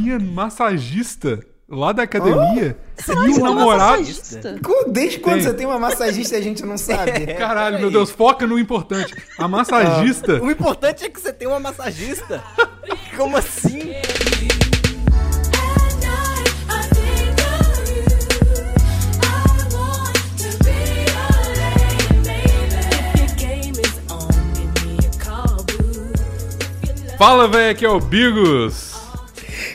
tinha massagista lá da academia e o namorado. tá Massagista. Cu- Desde quando Tem. você tem uma massagista e a gente não sabe? Caralho, meu Deus, foca no importante. A massagista. O importante é que você tem uma massagista. Como assim? At night, I think of you. I want to be your lady, baby. If your game is on, give me a call, boo. Fala, velho, aqui é o Bigos.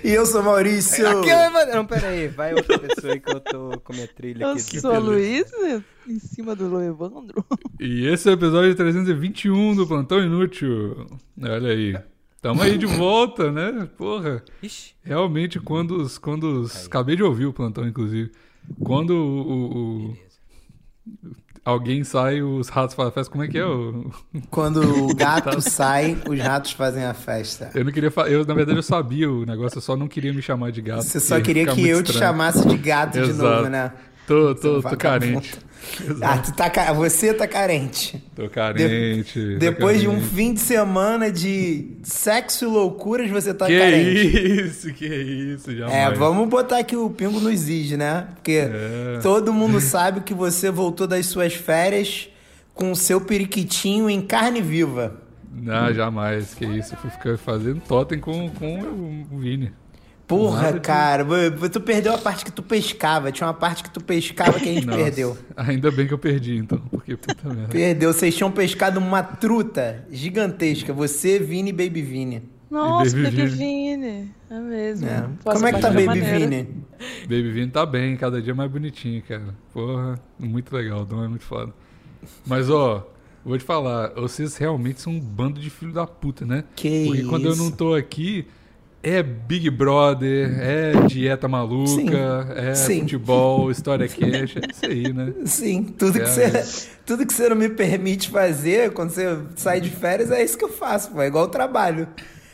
E eu sou Maurício. Aqui é o Evan- Não, pera aí, vai outra pessoa aí que eu tô com minha trilha Eu aqui. sou a Luísa, em cima do Evandro. E esse é o episódio 321 do Plantão Inútil. Olha aí. Tamo aí de volta, né? Porra. Ixi, Realmente, quando os. Quando os acabei de ouvir o plantão, inclusive. Quando o. o- o- alguém sai, os ratos fazem festa. Como é que é? o- Quando o gato sai, os ratos fazem a festa. Eu não queria. fa- Eu, na verdade, eu sabia o negócio, eu só não queria me chamar de gato. Você só ia queria ficar que muito eu te estranho. chamasse de gato de Exato. novo, né? Tô, Seu tô, tô vagabundo. carente. Ah, Exato. tu tá, ca- você tá carente. Tô carente. tô Depois de um tá carente. fim de semana de sexo e loucuras, você tá Que carente. isso, que isso, jamais. É, vamos botar aqui o pingo nos is, né? Porque É. todo mundo sabe que você voltou das suas férias com o seu periquitinho em carne viva. Não, jamais, que isso. Eu fui ficar fazendo totem com, com o Vini. Porra, Nada de- cara, bu- tu perdeu a parte que tu pescava. Tinha uma parte que tu pescava que a gente Nossa, perdeu. Ainda bem que eu perdi, então, porque puta merda. Perdeu. Vocês tinham pescado uma truta gigantesca. Você, Vini e Baby Vini. Nossa, Baby Baby Vini. É mesmo. É. Posso Como é que tá fazer Baby maneira. Vini? Baby Vini tá bem, cada dia mais bonitinho, cara. Porra, muito legal, o Dom é muito foda. Mas, ó, vou te falar, vocês realmente são um bando de filho da puta, né? Que Porque quando eu É isso. Hum. não tô aqui, é Big Brother, é dieta maluca, Sim. é Sim. futebol, história queixa, é isso aí, né? Sim, tudo que, É, você, tudo que você não me permite fazer quando você sai de férias é isso que eu faço, pô. É igual o trabalho.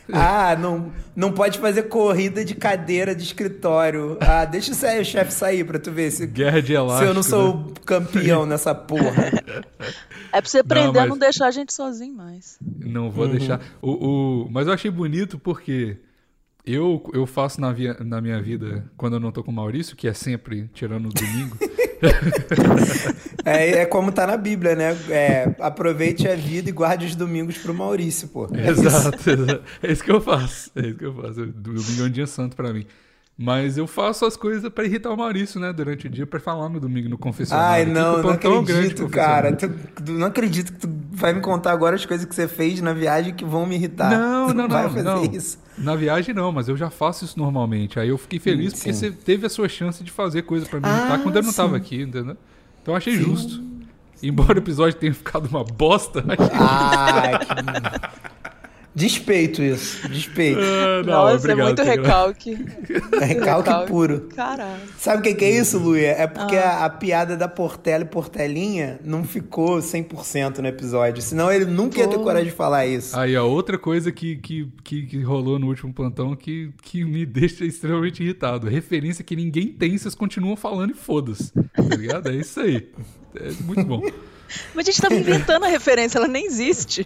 É. Ah, não, não pode fazer corrida de cadeira de escritório. Ah, deixa o sa- o chefe sair pra tu ver se, Guerra de elástico. se eu não sou né? o campeão nessa porra. É pra você aprender a não mas- deixar a gente sozinho mais. Não Uhum. vou deixar. O, o- Mas eu achei bonito porque eu, eu faço na, via- na minha vida, quando eu não tô com o Maurício, que é sempre tirando o domingo, É, é como tá na Bíblia, né? É, aproveite a vida e guarde os domingos pro Maurício, pô. É isso. Exato, exato. É isso que eu faço. É isso que eu faço. Eu- Domingo é um dia santo pra mim. Mas eu faço as coisas pra irritar o Maurício, né? Durante o dia, pra falar no domingo no confessionário. Ai, Aqui não, que o não plantão é um grande acredito, cara. confessionário. Tu- tu- não acredito que tu vai me contar agora as coisas que você fez na viagem que vão me irritar. Não, Tu não, não. vai fazer não. isso. Na viagem não, mas eu já faço isso normalmente. Aí eu fiquei feliz Hum, Sim. porque você teve a sua chance de fazer coisa pra me Ah, irritar quando eu não sim. tava aqui, entendeu? Então eu achei justo. Embora o episódio tenha ficado uma bosta, achei... Ah, que... Despeito isso, despeito. Ah, Nossa, é muito tá ligado? recalque. Recalque puro. Caralho. Sabe o que, que é isso, Luia? É porque Ah. a, a piada da Portela e Portelinha não ficou 100% no episódio. Senão ele nunca ia ter Pô. coragem de falar isso. Aí, ó, outra coisa que, que, que, que rolou no último plantão que, que me deixa extremamente irritado. Referência que ninguém tem, vocês continuam falando e foda-se. Tá ligado? É isso aí. É muito bom. Mas a gente tava inventando a referência, ela nem existe.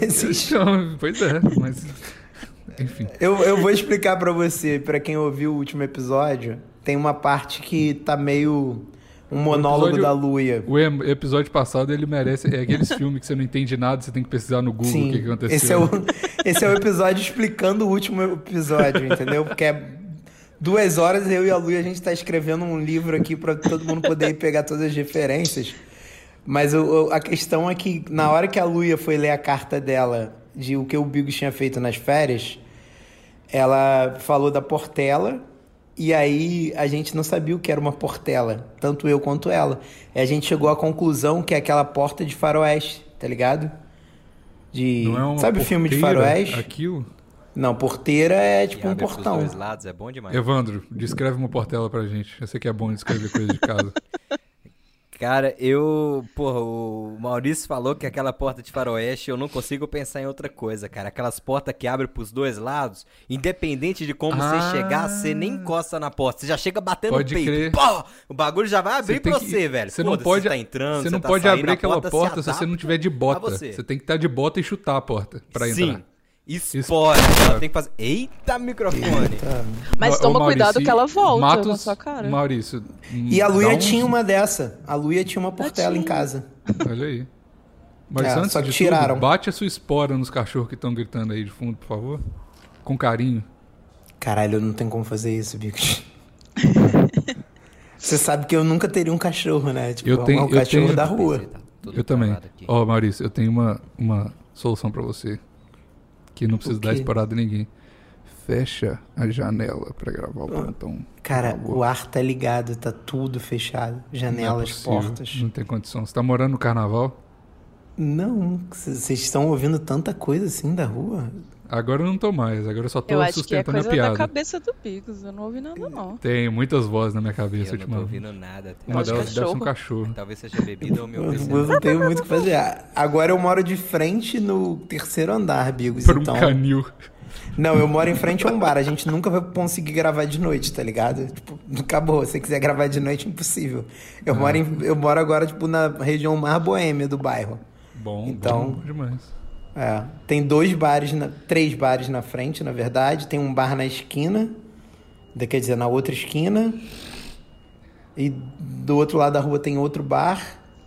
Então, pois é, mas. Enfim. Eu, eu vou explicar pra você, pra quem ouviu o último episódio, tem uma parte que tá meio um monólogo episódio- da Luia. O em- episódio passado ele merece. É aqueles filmes que você não entende nada, você tem que pesquisar no Google Sim, o que que aconteceu. né? esse é, o, esse é o episódio explicando o último episódio, entendeu? Porque é duas horas eu e a Luia, a gente tá escrevendo um livro aqui pra todo mundo poder ir pegar todas as referências. Mas o- o- a questão é que na hora que a Luia foi ler a carta dela de o que o Bigos tinha feito nas férias, ela falou da Portela e aí a gente não sabia o que era uma Portela, tanto eu quanto ela. E a gente chegou à conclusão que é aquela porta de faroeste, tá ligado? De Não é uma sabe o filme de porteira, faroeste? Aquilo? Não, porteira é tipo e um abre pros dois portão. lados, é bom demais. Evandro, descreve uma portela pra gente. Eu sei que é bom descrever coisa de casa. Cara, eu. Porra, o Maurício falou que aquela porta de faroeste eu não consigo pensar em outra coisa, cara. Aquelas portas que abrem pros dois lados, independente de como Ah. você chegar, você nem encosta na porta. Você já chega batendo Pode o peito. crer. Pô, o bagulho já vai abrir Você tem pra que- você, velho. Você não Foda-se, pode, tá entrando, você não tá pode saindo, abrir a aquela porta, se você adapta não tiver de a bota. Você. Você tem que estar de bota e chutar a porta pra Sim. entrar. Spoiler. Ela tem que fazer. Eita, microfone. Mas Ô, toma Maurício, cuidado que ela volta Matos, na sua cara. Maurício. E a Luia dá um- tinha uma dessa. A Luia tinha uma portela em casa. Olha aí. Mas É, antes só de tiraram. tudo, bate a sua espora nos cachorros que estão gritando aí de fundo, por favor. Com carinho. Caralho, eu não tenho como fazer isso, Bicos. Você sabe que eu nunca teria um cachorro, né? Tipo, Eu tenho- um eu cachorro tenho- da rua. Tá tudo eu também. travado aqui. Ó, Maurício, eu tenho uma, uma solução pra você. Que não precisa dar quê? esporada em ninguém. Fecha a janela pra gravar Ah, o plantão. Cara, Por favor. o ar tá ligado, tá tudo fechado. Não é Janelas, possível, portas. Não tem condição. Você tá morando no carnaval? Não, c- vocês estão ouvindo tanta coisa assim da rua? Agora eu não tô mais. Agora eu só tô Eu acho que é sustentando coisa a piada. da cabeça do Bigos, eu não ouvi nada não. Tem muitas vozes na minha cabeça Eu não tô ultimamente. ouvindo nada. até Uma Voz de delas deve ser um cachorro. cachorro. Talvez seja bebida ou meu Eu, PC. eu não tenho muito o que fazer. Ah, Agora eu moro de frente no terceiro andar, Bigos. Por um então. canil. Não, eu moro em frente a um bar. A gente nunca vai conseguir gravar de noite, tá ligado? Tipo, acabou. Se você quiser gravar de noite, é impossível. Eu, É. moro, em- eu moro agora, tipo, na região mais boêmia do bairro. Bom, Então- bom demais. É. Tem dois bares, na- três bares na frente, na verdade. Tem um bar na esquina, da- quer dizer, na outra esquina. E do outro lado da rua tem outro bar.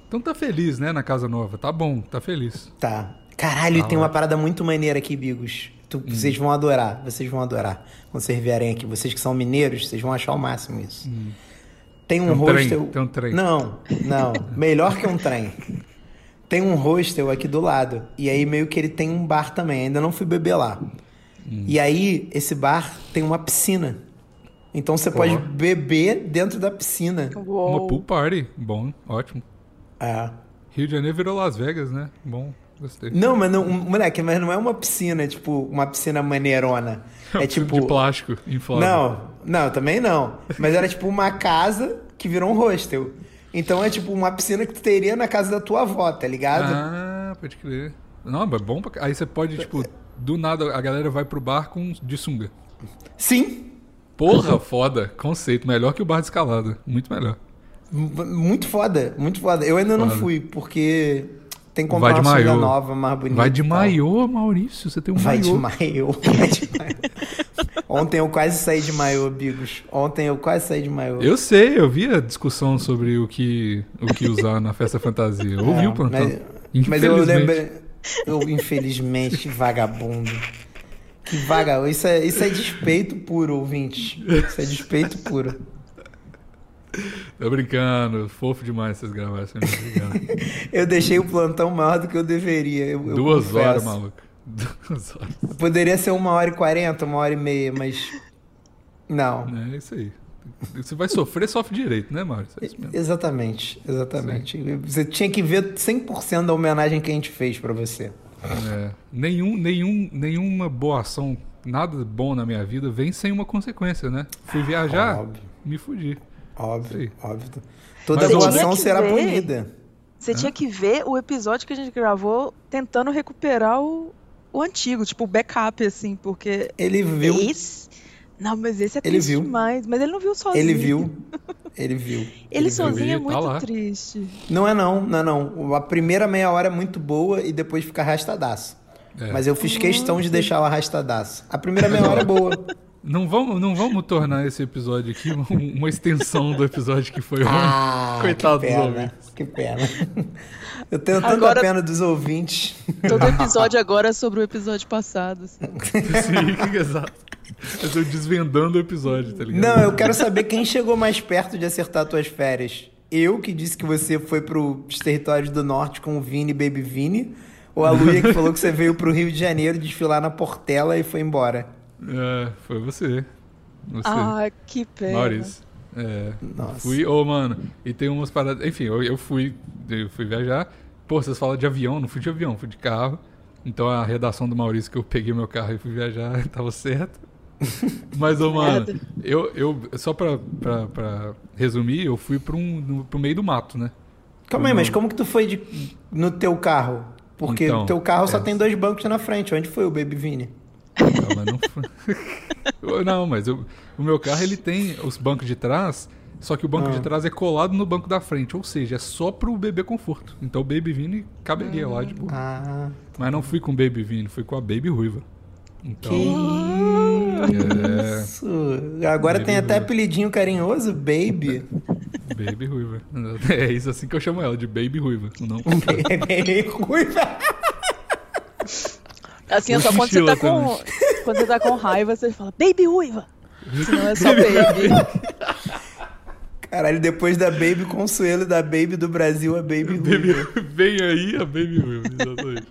Então tá feliz, né, na casa nova. Tá bom, tá feliz. Tá. Caralho, tem uma parada muito maneira aqui, Bigos. Tu- Hum. Vocês vão adorar, vocês vão adorar. Quando vocês vierem aqui, vocês que são mineiros, vocês vão achar o máximo isso. Tem um, Hum. Tem um trem, hostel. tem um trem. Não, não. Melhor que um trem. Tem um hostel aqui do lado. E aí meio que ele tem um bar também. Ainda não fui beber lá. Hum. E aí, esse bar tem uma piscina. Então você pode beber dentro da piscina. Uma Uou. pool party. Bom, ótimo. É. Rio de Janeiro virou Las Vegas, né? Bom, gostei. Não, mas não, moleque, mas não é uma piscina, tipo, uma piscina maneirona. É tipo. um De plástico, inflável. Não, não, também não. Mas era tipo uma casa que virou um hostel. Então é tipo uma piscina que tu teria na casa da tua avó, tá ligado? Ah, pode crer. Não, mas bom pra... ca- Aí você pode, tipo, do nada a galera vai pro bar com de sunga. Sim. Porra, foda. Conceito. Melhor que o bar de escalada. Muito melhor. M- Muito foda, muito foda. Eu ainda não Foda. fui, porque tem que comprar Vai de uma sunga maiô. nova, mais bonita. Vai de e tal. maiô, Maurício. Você tem um Vai de maiô. maiô, vai de maiô. Ontem eu quase saí de maiô, Bigos. Ontem eu quase saí de maiô. Eu sei, eu vi a discussão sobre o que, o que usar na festa fantasia. Eu ouvi É, o plantão. Mas, mas eu Tá. Infelizmente. lembrei. Eu, infelizmente, vagabundo. Que vagabundo. Isso é, isso é despeito puro, ouvinte. Isso é despeito puro. Tô brincando, fofo demais vocês gravarem essa merda, obrigado. Eu deixei o plantão maior do que eu deveria. eu- eu Duas confesso. horas, maluco. Duas horas. Poderia ser uma hora e quarenta, uma hora e meia, mas. Não. É isso aí. Você vai sofrer, sofre direito, né, Maurício? É isso mesmo. Exatamente, exatamente. Você tinha que ver 100% da homenagem que a gente fez pra você. É. Nenhum, nenhum, nenhuma boa ação, nada bom na minha vida vem sem uma consequência, né? Fui viajar, óbvio. me fudi. Óbvio, Sim. óbvio. Toda Mas eu- boa Você tinha ação que será ver. punida. Você tinha que ver o episódio que a gente gravou tentando recuperar o, o antigo, tipo o backup, assim, porque Ele viu. esse. Não, mas esse é Ele triste viu. demais. Mas ele não viu sozinho. Ele viu. Ele viu. Ele viu. sozinho Ele é tá muito lá. triste. Não é não, não é não. A primeira meia hora é muito boa e depois fica arrastadaço. É. Mas eu Uhum. fiz questão de deixar o arrastadaço. A primeira meia hora é boa. Não vamos, não vamos tornar esse episódio aqui um- uma extensão do episódio que foi ontem. Ah, Coitado que dos pena. ouvintes. Que pena. Eu tenho tanta Agora- pena dos ouvintes. Todo episódio agora é sobre o episódio passado. assim. Sim, exato. Eu tô desvendando o episódio, tá ligado? Não, eu quero saber quem chegou mais perto de acertar tuas férias. Eu, que disse que você foi pros territórios do norte com o Vini e Baby Vini, ou a Luia, que falou que você veio pro Rio de Janeiro desfilar na Portela e foi embora? É, foi você. Você. Ah, que pena. Maurício. É. Nossa. Fui, ô, mano, e tem umas paradas. Enfim, eu, eu fui. Eu fui viajar. Pô, vocês falam de avião, não fui de avião, fui de carro. Então a redação do Maurício que eu peguei meu carro e fui viajar, tava certo. Mas, ô, mano, Merda. eu, eu. Só pra, pra, pra resumir, eu fui pro, um, no- pro meio do mato, né? Calma aí, mas como que tu foi de- no teu carro? Porque Então, o teu carro só é. tem dois bancos na frente. Onde foi o Baby Vini? Não, Então, mas não foi. Não, mas eu- o meu carro ele tem os bancos de trás, só que o banco de Ah. trás é colado no banco da frente, ou seja, é só pro bebê conforto. Então o Baby Vini caberia lá de boa. Ah, Mas não fui com o Baby Vini, fui com a Baby Ruiva. Então, é, Que isso! Agora Baby tem até Ruiva. apelidinho carinhoso, Baby. Baby Ruiva. É isso assim que eu chamo ela, de Baby Ruiva. Não, É Baby Ruiva. Assim, é Ou só quando você, chinchila tá com, quando você tá com raiva, você fala, baby ruiva. Senão é só baby. Caralho, depois da Baby Consuelo e da Baby do Brasil, a Baby Baby Ruiva. Ruiva. Vem aí a Baby Ruiva, exatamente.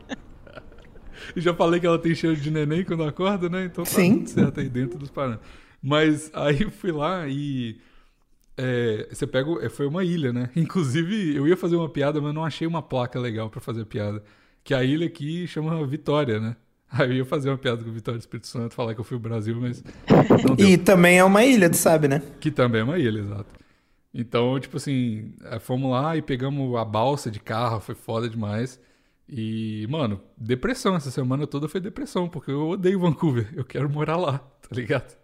Eu já falei que ela tem cheiro de neném quando acorda, né? Então tá Sim. tudo certo aí dentro dos parâmetros. Mas aí eu fui lá e. é, você pega. o- é, Foi uma ilha, né? Inclusive, eu ia fazer uma piada, mas não achei uma placa legal pra fazer piada. Que a ilha aqui chama Vitória, né? Aí eu ia fazer uma piada com Vitória do Espírito Santo, falar que eu fui o Brasil, mas não deu. E também é uma ilha, tu sabe, né? Que também é uma ilha, exato. Então, tipo assim, eh, fomos lá e pegamos a balsa de carro, foi foda demais. E, mano, depressão. Essa semana toda foi depressão, porque eu odeio Vancouver. Eu quero morar lá, tá ligado?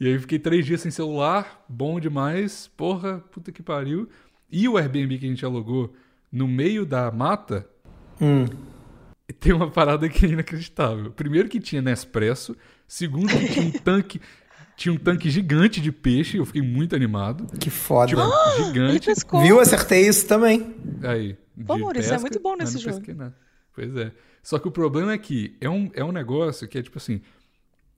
E aí fiquei três dias sem celular, bom demais, porra, puta que pariu. E o Airbnb que a gente alugou no meio da mata, Hum. e Tem uma parada que é inacreditável. Primeiro que tinha Nespresso, segundo que tinha um tanque, tinha um tanque gigante de peixe, eu fiquei muito animado. Que foda. Tipo, Ele gigante. pescou. Viu? Acertei isso também. Aí, de Pô, Maurício, é pesca, muito bom mas nesse não jogo. pesquei nada. Pois é. Só que o problema é que é um, é um negócio que é tipo assim,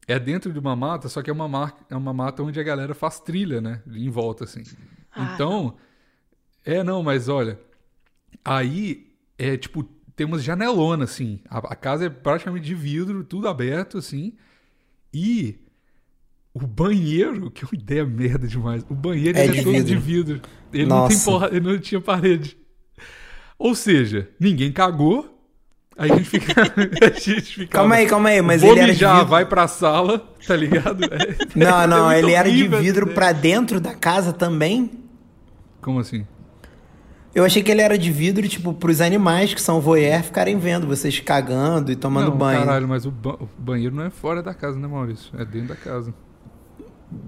é dentro de uma mata, só que é uma, mar, é uma mata onde a galera faz trilha, né? Em volta, assim. Ah, Então, é, não, mas olha, aí é tipo, temos janelona, assim. A, a casa é praticamente de vidro, tudo aberto, assim. E o banheiro, que é uma ideia merda demais. O banheiro É ele é, de todo vidro. de vidro. Ele não, tem Nossa. porra- ele não tinha parede. Ou seja, ninguém cagou. Aí a gente fica. a gente fica Calma aí, calma aí, mas Vou ele era de mijar, vidro. vai pra sala, tá ligado? É- Não, não, muito ele era de horrível né? essa vidro ideia. pra dentro da casa também. Como assim? Eu achei que ele era de vidro, tipo, pros animais que são voyeur ficarem vendo vocês cagando e tomando não, banho. Caralho, mas o, ba- o banheiro não é fora da casa, né, Maurício? É dentro da casa.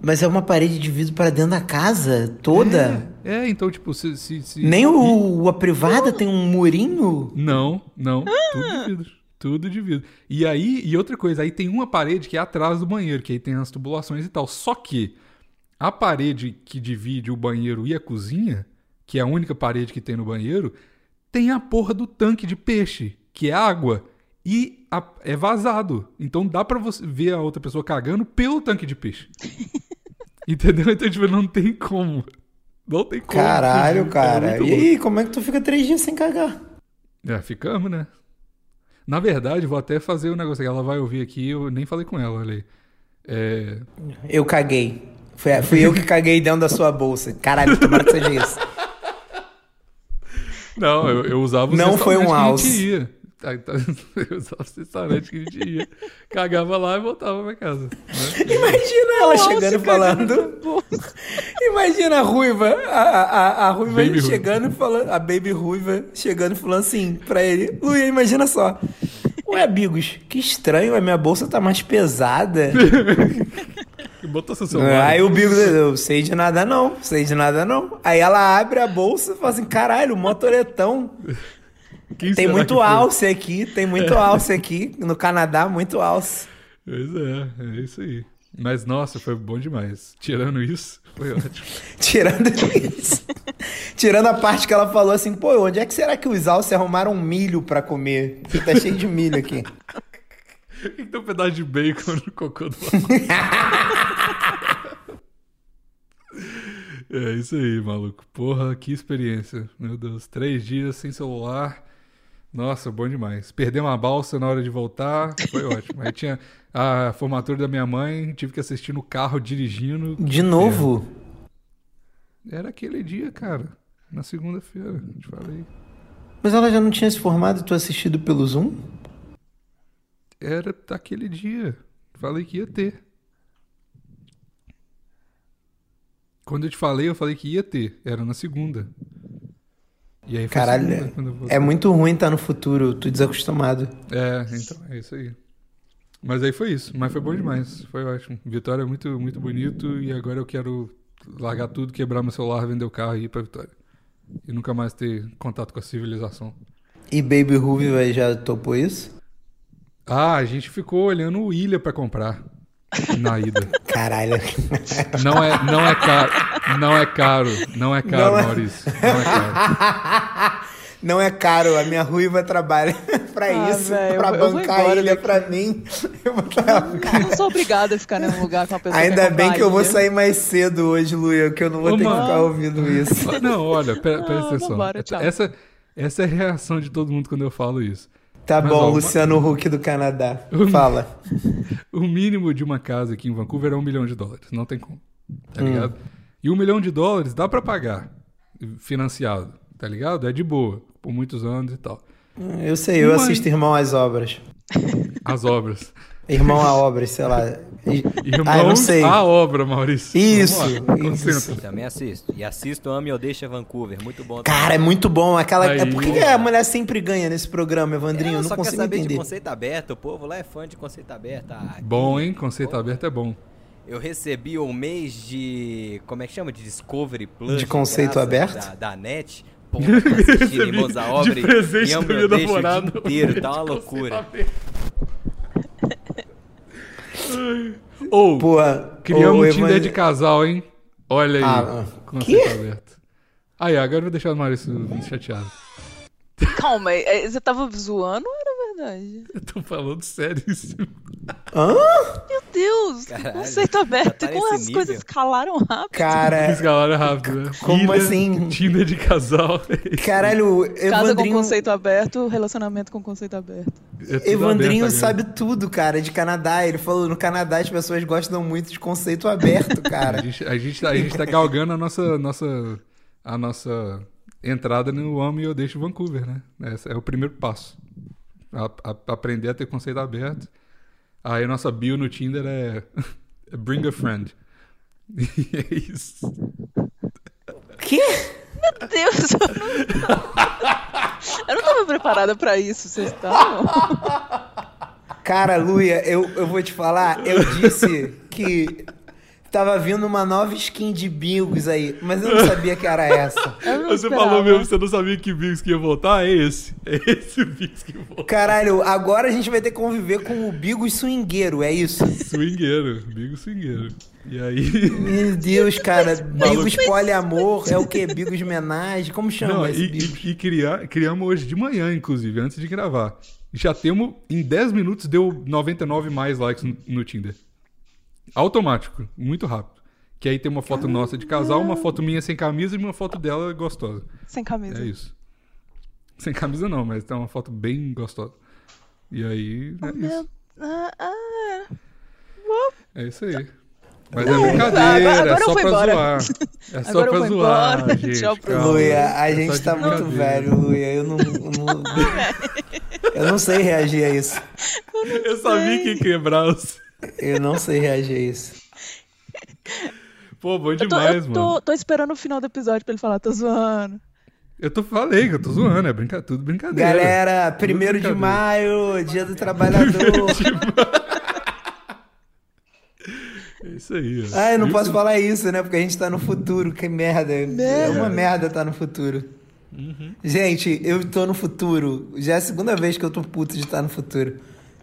Mas é uma parede de vidro pra dentro da casa toda? É, então, tipo, se. se, se- Nem o, a privada tem um murinho? Não, não. Tudo de vidro. Tudo de vidro. E aí, e outra coisa, aí tem uma parede que é atrás do banheiro, que aí tem as tubulações e tal. Só que a parede que divide o banheiro e a cozinha, que é a única parede que tem no banheiro, tem a porra do tanque de peixe, que é água. E a- é vazado. Então dá pra você ver a outra pessoa cagando pelo tanque de peixe. Entendeu? Então, tipo, não tem como. Não tem como. Caralho, É cara. muito E louco. aí, como é que tu fica três dias sem cagar? É, ficamos, né? Na verdade, vou até fazer um negócio que ela vai ouvir aqui, eu nem falei com ela, olha aí. É, Eu caguei. Fui, fui eu que caguei dentro da sua bolsa. Caralho, tomara que seja isso. Não, eu, eu usava os Não foi um restaurantes house. que a gente ia. Tá, tá, Eu usava os restaurantes que a gente ia. Cagava lá e voltava pra casa. né? Imagina ela é chegando e falando. Imagina a ruiva, a, a, a- a ruiva Baby Ruiva. chegando e falando. A baby ruiva chegando e falando assim pra ele: Luia, imagina só. Ué, amigos, que estranho, a minha bolsa tá mais pesada. E Botou seu celular. É, Aí o Bigos, eu sei de nada não, sei de nada não. Aí ela abre a bolsa e fala assim, caralho, motoretão. Quem Tem será que muito foi? alce aqui, tem muito alce aqui. No Canadá, muito alce. Pois é, é isso aí. Mas nossa, foi bom demais. Tirando isso, foi ótimo. Tirando isso. Tirando a parte que ela falou assim, pô, onde é que será que os alces arrumaram um milho pra comer? Porque tá cheio de milho aqui. Por que que tem um pedaço de bacon no cocô do maluco? É isso aí, maluco. Porra, que experiência. Meu Deus, três dias sem celular. Nossa, bom demais. Perdemos a balsa na hora de voltar, foi ótimo. Aí tinha a formatura da minha mãe, tive que assistir no carro dirigindo. De novo? Era aquele dia, cara. Na segunda-feira, te falei. Mas ela já não tinha se formado e tu assistido pelo Zoom? Era daquele dia. Falei que ia ter. Quando eu te falei, eu falei que ia ter. Era na segunda. E aí foi Caralho, segunda quando eu voltei. É muito ruim estar no futuro, tô desacostumado. É, então, é isso aí. Mas aí foi isso. Mas foi bom demais. Foi ótimo. Vitória é muito, muito bonito. E agora eu quero largar tudo, quebrar meu celular, vender o carro e ir pra Vitória. E nunca mais ter contato com a civilização. E Baby Ruby já topou isso? Ah, a gente ficou olhando o Ilha pra comprar na ida. Caralho. Não é, não é caro. Não é caro. Não é caro, Não é- Maurício. Não é caro. Não é caro, a minha ruiva trabalha pra Ah, isso, velho, pra eu vou bancar embora ele é pra mim. Eu vou pra- Eu não sou obrigada a ficar num lugar com uma pessoa Ainda é bem que eu vou companhia. sair mais cedo hoje, Luia, que eu não vou Ô, ter mano. que ficar ouvindo isso. Não, olha, pera, Ah, presta atenção. vambora, tchau. essa, essa é a reação de todo mundo quando eu falo isso. Tá Mas, bom, ó, uma- Luciano Huck do Canadá. Fala. O mínimo de uma casa aqui em Vancouver é um milhão de dólares. Não tem como. Tá Hum. ligado? E um milhão de dólares dá pra pagar financiado. Tá ligado? É de boa. Por muitos anos e tal. Eu sei, eu Mãe. assisto Irmão às Obras. As obras. Irmão à Obras, sei lá. I- Irmãos ah, eu não sei. à obra, Maurício. Isso, Vamos lá, isso. concentra. Também assisto. E assisto Ame ou Deixa Vancouver. Muito bom. Cara, é muito bom. Aquela... É Aí. por que que a mulher sempre ganha nesse programa, Evandrinho? É, eu não só consigo quer saber entender. de conceito aberto. O povo lá é fã de conceito aberto. Ah, Bom, aqui- hein? Conceito Pô, aberto é bom. Eu recebi um mês de. Como é que chama? De Discovery Plus. De conceito graça aberto? Da, da net. Pô, pra assistir Recebi Irmãos à de Obra e- presente e da Ame minha ou Deixa o dia namorada. inteiro. Tá uma loucura. Ou, Porra, criamos ô, um Evan- Tinder de casal, hein? Olha aí. Ah, ah. conceito Quê? aberto. Aí, agora eu vou deixar o Maurício chateado. Calma, é, você tava zoando ou era verdade? Eu tô falando sério isso. Hã? Meu Deus, Caralho, conceito aberto. já tá Como nesse as coisas nível? escalaram rápido. Eles Cara, galaram rápido, né? É, como Ilha, assim? Tinder de casal. caralho, o Casa com Evandrinho, conceito aberto, relacionamento com conceito aberto. É tudo Evandrinho aberto agora. sabe tudo, cara, de Canadá. Ele falou, no Canadá as pessoas gostam muito de conceito aberto, A cara. gente, a, gente, tá- a gente tá galgando a nossa, nossa, a nossa entrada no Amo e Eu Deixo Vancouver, né? Esse é o primeiro passo. A- a- aprender a ter conceito aberto. Aí a nossa bio no Tinder é, é Bring a Friend. E é isso. que? Meu Deus, eu não... eu não tava preparada pra isso, vocês estavam? Cara, Luia, eu, eu vou te falar, eu disse que tava vindo uma nova skin de Bingos aí, mas eu não sabia que era essa. Eu não Você esperava. falou mesmo que você não sabia que Biggs que ia voltar? É esse. É esse o Biggs que volta. Caralho, agora a gente vai ter que conviver com o Bigos swingueiro, é isso? Swingueiro. Biggs swingueiro. E aí... Meu Deus, cara, Bigos Maluco. poliamor, é o quê? Bigos menage, como chama Não, esse e, Bigos? e- e criar- criamos hoje de manhã, inclusive, antes de gravar. Já temos, em 10 minutos, deu 99 mais likes no, no Tinder. Automático, muito rápido. Que aí tem uma foto nossa de casal, uma foto minha sem camisa e uma foto dela gostosa. Sem camisa. É isso. Sem camisa não, mas tem uma foto bem gostosa. E aí, é isso. Ah, ah, É isso aí. Mas é brincadeira, agora- agora é eu só vou pra embora. zoar. É só Agora eu pra vou zoar, embora. gente. Tchau pra calma. Luia, a É só gente de tá muito brincadeira. velho, Luia. Eu não, eu não. Eu não sei reagir a isso. Eu sabia que ia quebrar os... Eu não sei reagir a isso. Pô, bom eu tô, demais, eu mano. tô, tô esperando o final do episódio pra ele falar, tô zoando. Eu tô falei que eu tô zoando, é brinca... tudo brincadeira. Galera, primeiro de brincadeira. maio, dia do trabalhador. É isso aí. ó. Ah, eu não Viu? posso falar isso, né? Porque a gente tá no futuro. Que merda. É uma merda tá no futuro. Uhum. Gente, eu tô no futuro. Já é a segunda vez que eu tô puto de estar no futuro.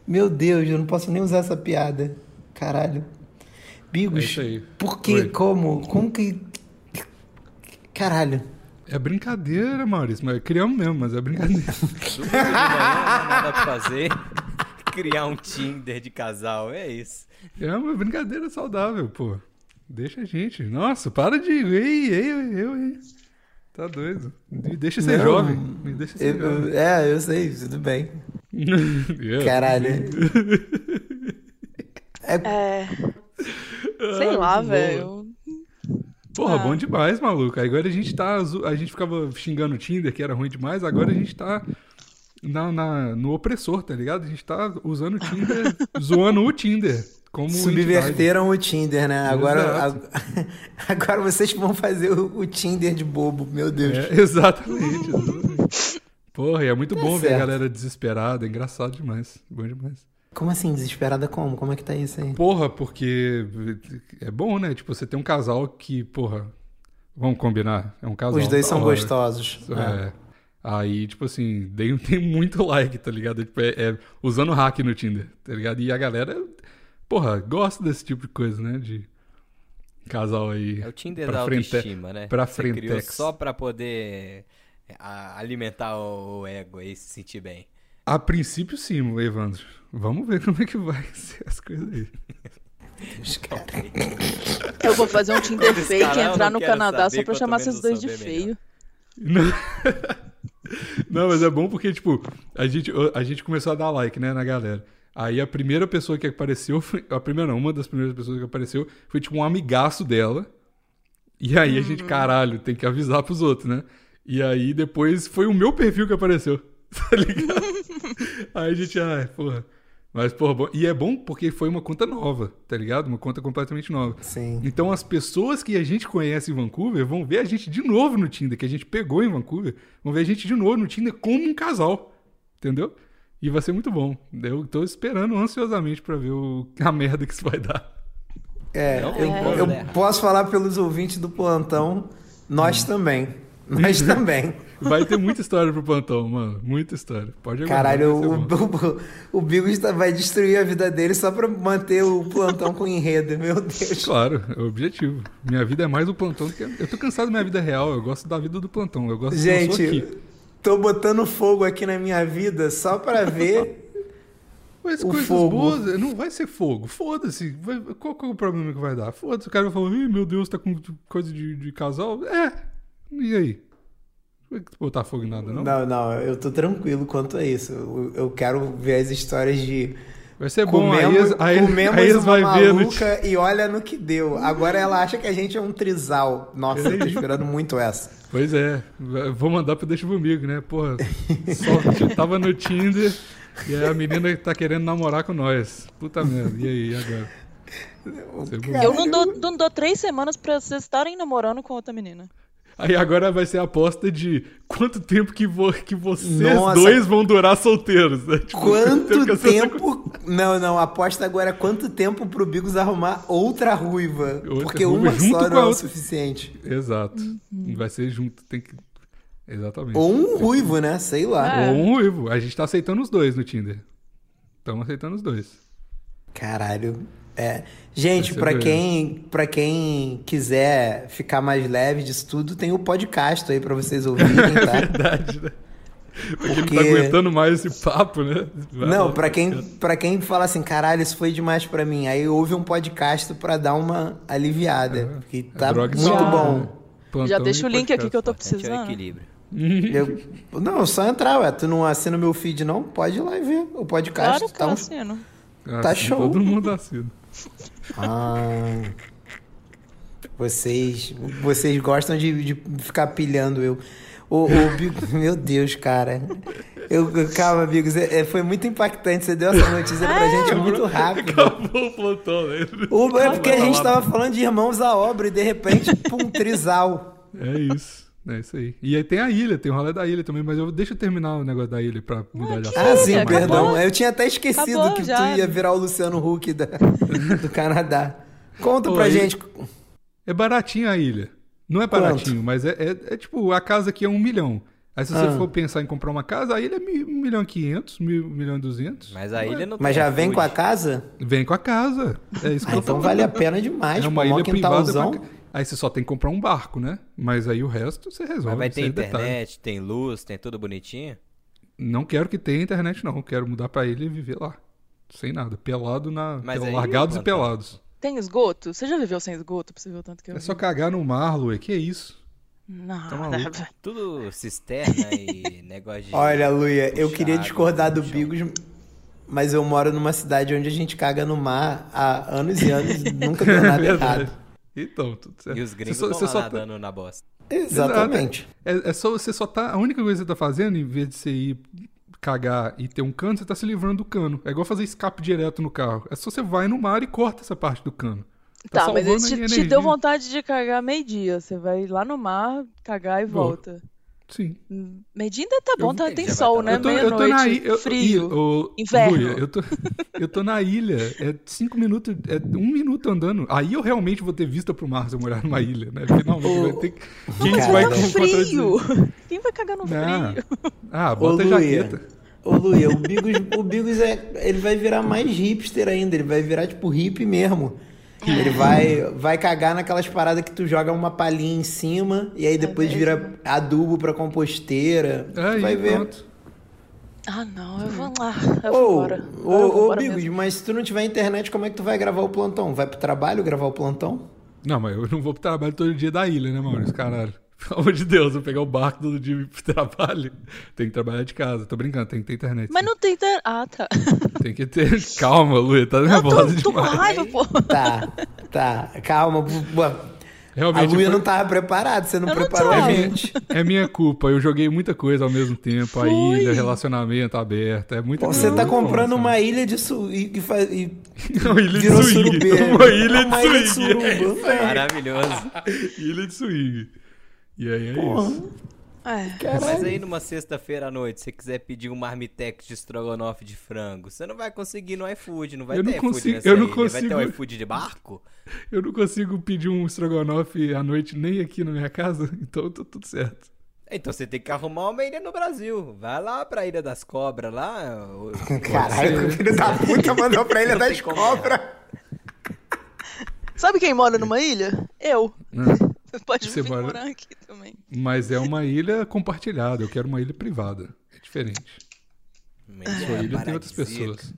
Meu Deus, eu não posso nem usar essa piada. Caralho. É Bigos, isso aí. por que? Oi. Como? Como que. Caralho. É brincadeira, Maurício, mas criamos mesmo, mas é brincadeira. Domingo de manhã, não há nada pra fazer. Criar um Tinder de casal. É isso. é uma brincadeira saudável, pô. Deixa a gente. Nossa, para de. Ei, ei, eu, eu, ei. Tá doido. Me deixa ser Não. jovem. Me deixa ser Eu- jovem. eu- é, eu sei, tudo bem. Yeah. Caralho. É. Sei lá, muito boa. Ah, velho. Porra, Ah. bom demais, maluco. Aí Agora a gente tá. zo- A gente ficava xingando o Tinder, que era ruim demais. Agora a gente tá na, na- no opressor, tá ligado? A gente tá usando o Tinder, zoando o Tinder. Como entidade. Subverteram o Tinder, né? Agora, Exato. a- agora vocês vão fazer o, o Tinder de bobo, meu Deus. É, exatamente, exatamente. Porra, e é muito bom ver a certo. galera desesperada. É engraçado demais. Bom demais. Como assim, desesperada como? Como é que tá isso aí? Porra, porque é bom, né? Tipo, você tem um casal que, porra. Vamos combinar. É um casal. Os dois da são hora. gostosos. Ah, É. Aí, tipo assim, dei, tem muito like, tá ligado? Tipo, é, é usando hack no Tinder, tá ligado? E a galera, porra, gosta desse tipo de coisa, né? De casal aí. É o Tinder pra da frente- é autoestima, né? pra Você criou frentex. só pra poder é, a- alimentar o ego e se sentir bem. A princípio, sim, Evandro. Vamos ver como é que vai ser as coisas aí. Eu vou fazer um Tinder Esse fake cara, e eu entrar no não quero Canadá saber, só pra quanto chamar menos esses eu dois de saber, feio. Não. Não, mas é bom porque, tipo, a gente, a gente começou a dar like, né, na galera. Aí a primeira pessoa que apareceu, foi, a primeira não, uma das primeiras pessoas que apareceu foi, tipo, um amigaço dela. E aí a gente, caralho, tem que avisar pros outros, né? E aí depois foi o meu perfil que apareceu, tá ligado? aí a gente, ai, porra. Mas, porra, bom. E é bom porque foi uma conta nova, tá ligado? Uma conta completamente nova. Sim. Então as pessoas que a gente conhece em Vancouver vão ver a gente de novo no Tinder, que a gente pegou em Vancouver, vão ver a gente de novo no Tinder como um casal. Entendeu? E vai ser muito bom. Eu tô esperando ansiosamente pra ver o- a merda que isso vai dar. É, Não eu, tem como eu né? dar errado. posso falar pelos ouvintes do plantão, Hum. nós também. Nós também. Vai ter muita história pro plantão, mano. Muita história. Pode aguardar, Caralho, vai ser o, bom. o, o Bigos tá- vai destruir a vida dele só pra manter o plantão com enredo, meu Deus. Claro, é o objetivo. Minha vida é mais o plantão do que. a- Eu tô cansado da minha vida real, eu gosto da vida do plantão. Eu gosto do que eu sou Gente, aqui. tô botando fogo aqui na minha vida só pra ver. Mas o coisas fogo. boas, é, não vai ser fogo. Foda-se. Vai- Qual, qual é o problema que vai dar? Foda-se. O cara vai falar, Ih, meu Deus, tá com coisa de, de casal. É. E aí? Não vai botar fogo em nada, não? Não, não, eu tô tranquilo quanto a isso. Eu, eu quero ver as histórias de Vai ser É bom. Aí comemos, eles- aí, comemos aí eles uma vai ver. no- maluca e olha no que deu. Agora ela acha que a gente é um trisal. Nossa, eu tô esperando muito essa. Pois é. Vou mandar pro Deixa Comigo, né? Porra, sorte. Eu tava no Tinder e aí a menina tá querendo namorar com nós. Puta merda. E aí, agora? Vai ser bom. Eu não dou, não dou três semanas pra vocês estarem namorando com outra menina. Aí agora vai ser a aposta de quanto tempo que, vo- que vocês Nossa. dois vão durar solteiros. né? Tipo, Quanto que eu- tempo. Não, não, aposta agora é quanto tempo pro Bigos arrumar outra ruiva. Outra porque ruiva uma junto só com a não é o outra. suficiente. Exato. Vai ser junto, tem que. Exatamente. Ou um ruivo, né? Sei lá. É. Ou um ruivo. A gente tá aceitando os dois no Tinder. Estamos aceitando os dois. Caralho. É. Gente, Vai ser pra doido. quem, pra quem quiser ficar mais leve disso tudo, tem o podcast aí pra vocês ouvirem, tá? Verdade, né? Porque não Porque- tá aguentando mais esse papo, né? Vai Não, tá lá. pra quem, pra quem fala assim, caralho, isso foi demais pra mim, aí ouve um podcast pra dar uma aliviada, porque tá É, droga muito saudável, bom. né? Plantão Já deixa e o link aqui que eu tô Importante é o precisando. equilíbrio. Eu- não, só entrar, ué. Tu não assina o meu feed, não? Pode ir lá e ver o podcast. Claro que eu tá um- assino. podcast. tá Assim, show. Todo mundo assina. Ah, vocês, vocês gostam de, de ficar pilhando eu. O, o Bigos- meu Deus, cara. Eu, eu- calma, Bigos, é- é, foi muito impactante. Você deu essa notícia É, pra gente muito rápido. Acabou o plantão, né? O, é porque a gente tava falando de irmãos à obra e de repente, pum, trisal. É isso. É isso aí. E aí tem a ilha, tem o rolê da ilha também, mas eu deixa eu terminar o negócio da ilha pra mudar de assunto. Ah, sim, Acabou. perdão. Eu tinha até esquecido Acabou, que já. tu ia virar o Luciano Huck da- do Canadá. Conta Pô, pra aí- gente. É baratinho a ilha. Não é baratinho, mas é, é- é tipo, a casa aqui é um milhão. Aí se você Ah. for pensar em comprar uma casa, a ilha é mi- um milhão e quinhentos, mil, um milhão e duzentos. Mas a ilha não Mas tem já vem iFood. com a casa? Vem com a casa. É isso que Ah, eu então falo. vale a pena demais. É pô, uma mó ilha privada. quintalzão. pra ca- Aí você só tem que comprar um barco, né? Mas aí o resto você resolve. Mas vai isso ter aí é detalhe. internet, tem luz, tem tudo bonitinho. Não quero que tenha internet, não. Quero mudar pra ilha e viver lá. Sem nada. Pelado na. Mas pel- aí, largados e plantão. pelados. Tem esgoto? Você já viveu sem esgoto? Pra você ver o tanto que eu. É só vi. cagar no mar, Luê. Que é isso? Não, Tá maluco. Tudo cisterna e negócio de. Olha, Luia, eu puxar queria água discordar do do chão. Bigos, mas eu moro numa cidade onde a gente caga no mar há anos e anos e nunca deu nada errado. Então, tudo certo. E os Você gringos só- estão você lá só tá- nadando na bosta. Exatamente. É, é só você só tá. A única coisa que você tá fazendo, em vez de você ir cagar e ter um cano, você tá se livrando do cano. É igual fazer escape direto no carro. É só você vai no mar e corta essa parte do cano. Tá, mas salvando aí te, aí te energia. deu vontade de cagar meio-dia. Você vai lá no mar, cagar e Vou. volta. Sim. Medinda tá bom, vi tá, que tem já vai sol, tá né? lá. eu tô, eu tô na Meia-noite, ilha. frio. inverno. eu, tô, eu tô na ilha. É cinco minutos, é um minuto andando. Aí eu realmente vou ter vista pro mar se eu morar numa ilha, né? Finalmente Ô, vai ter. que- Quem Quem Cara, vai vai cagar no encontrar esse- é frio? Quem vai cagar no Não. frio? Ah, Ô, bota a Luia, jaqueta. ô, Luia, o Bigos, o Bigos é, ele vai virar mais hipster ainda, ele vai virar tipo hippie mesmo. Ele vai, vai cagar naquelas paradas que tu joga uma palhinha em cima e aí depois vira adubo pra composteira. Tu É, Aí, vai ver. pronto. Ah, não, eu vou lá. Eu vou Ô, embora. ô, Agora eu vou ô, embora Bigos, mesmo. mas se tu não tiver internet, como é que tu vai gravar o plantão? Vai pro trabalho gravar o plantão? Não, mas eu não vou pro trabalho todo dia da ilha, né, Maurício? Caralho. Pelo amor de Deus, eu pegar o barco todo dia e ir pro trabalho. Tem que trabalhar de casa. Tô brincando, tem que ter internet. Mas sim. não tem. inter- Ah, tá. Tem que ter. Calma, Luia, tá Eu nervosa tô, tô com demais. raiva, pô. Tá, tá, calma. pô, A Realmente. Luia foi- não tava preparada, você não Eu não preparou tava. a É minha, gente. é minha culpa, eu joguei muita coisa ao mesmo tempo, a Foi. ilha, relacionamento aberto, é muita coisa. Você tá comprando Nossa. uma ilha de su... e, e fa- e Uma ilha de virou swing. surubê. Uma ilha de É Uma swing. suruba. Maravilhoso. Ilha de swing. E aí é isso. É. Mas aí numa sexta-feira à noite, se você quiser pedir um marmitex de estrogonofe de frango, você não vai conseguir no iFood, não vai Eu ter não iFood consigo- nessa eu não ilha. Vai ter um consigo- iFood de barco? Eu não consigo pedir um estrogonofe à noite nem aqui na minha casa, então tá tudo certo. Então você tem que arrumar uma ilha no Brasil. Vai lá pra Ilha das Cobras, lá. o- Caralho, o é filho da puta mandou pra ilha das cobras. Sabe quem mora numa ilha? Eu. Pode É. Hum. Você vir mora- morar aqui também. Mas é uma ilha compartilhada, eu quero uma ilha privada. É diferente. Uma Sua ilha tem outras É, paradisíaca. pessoas.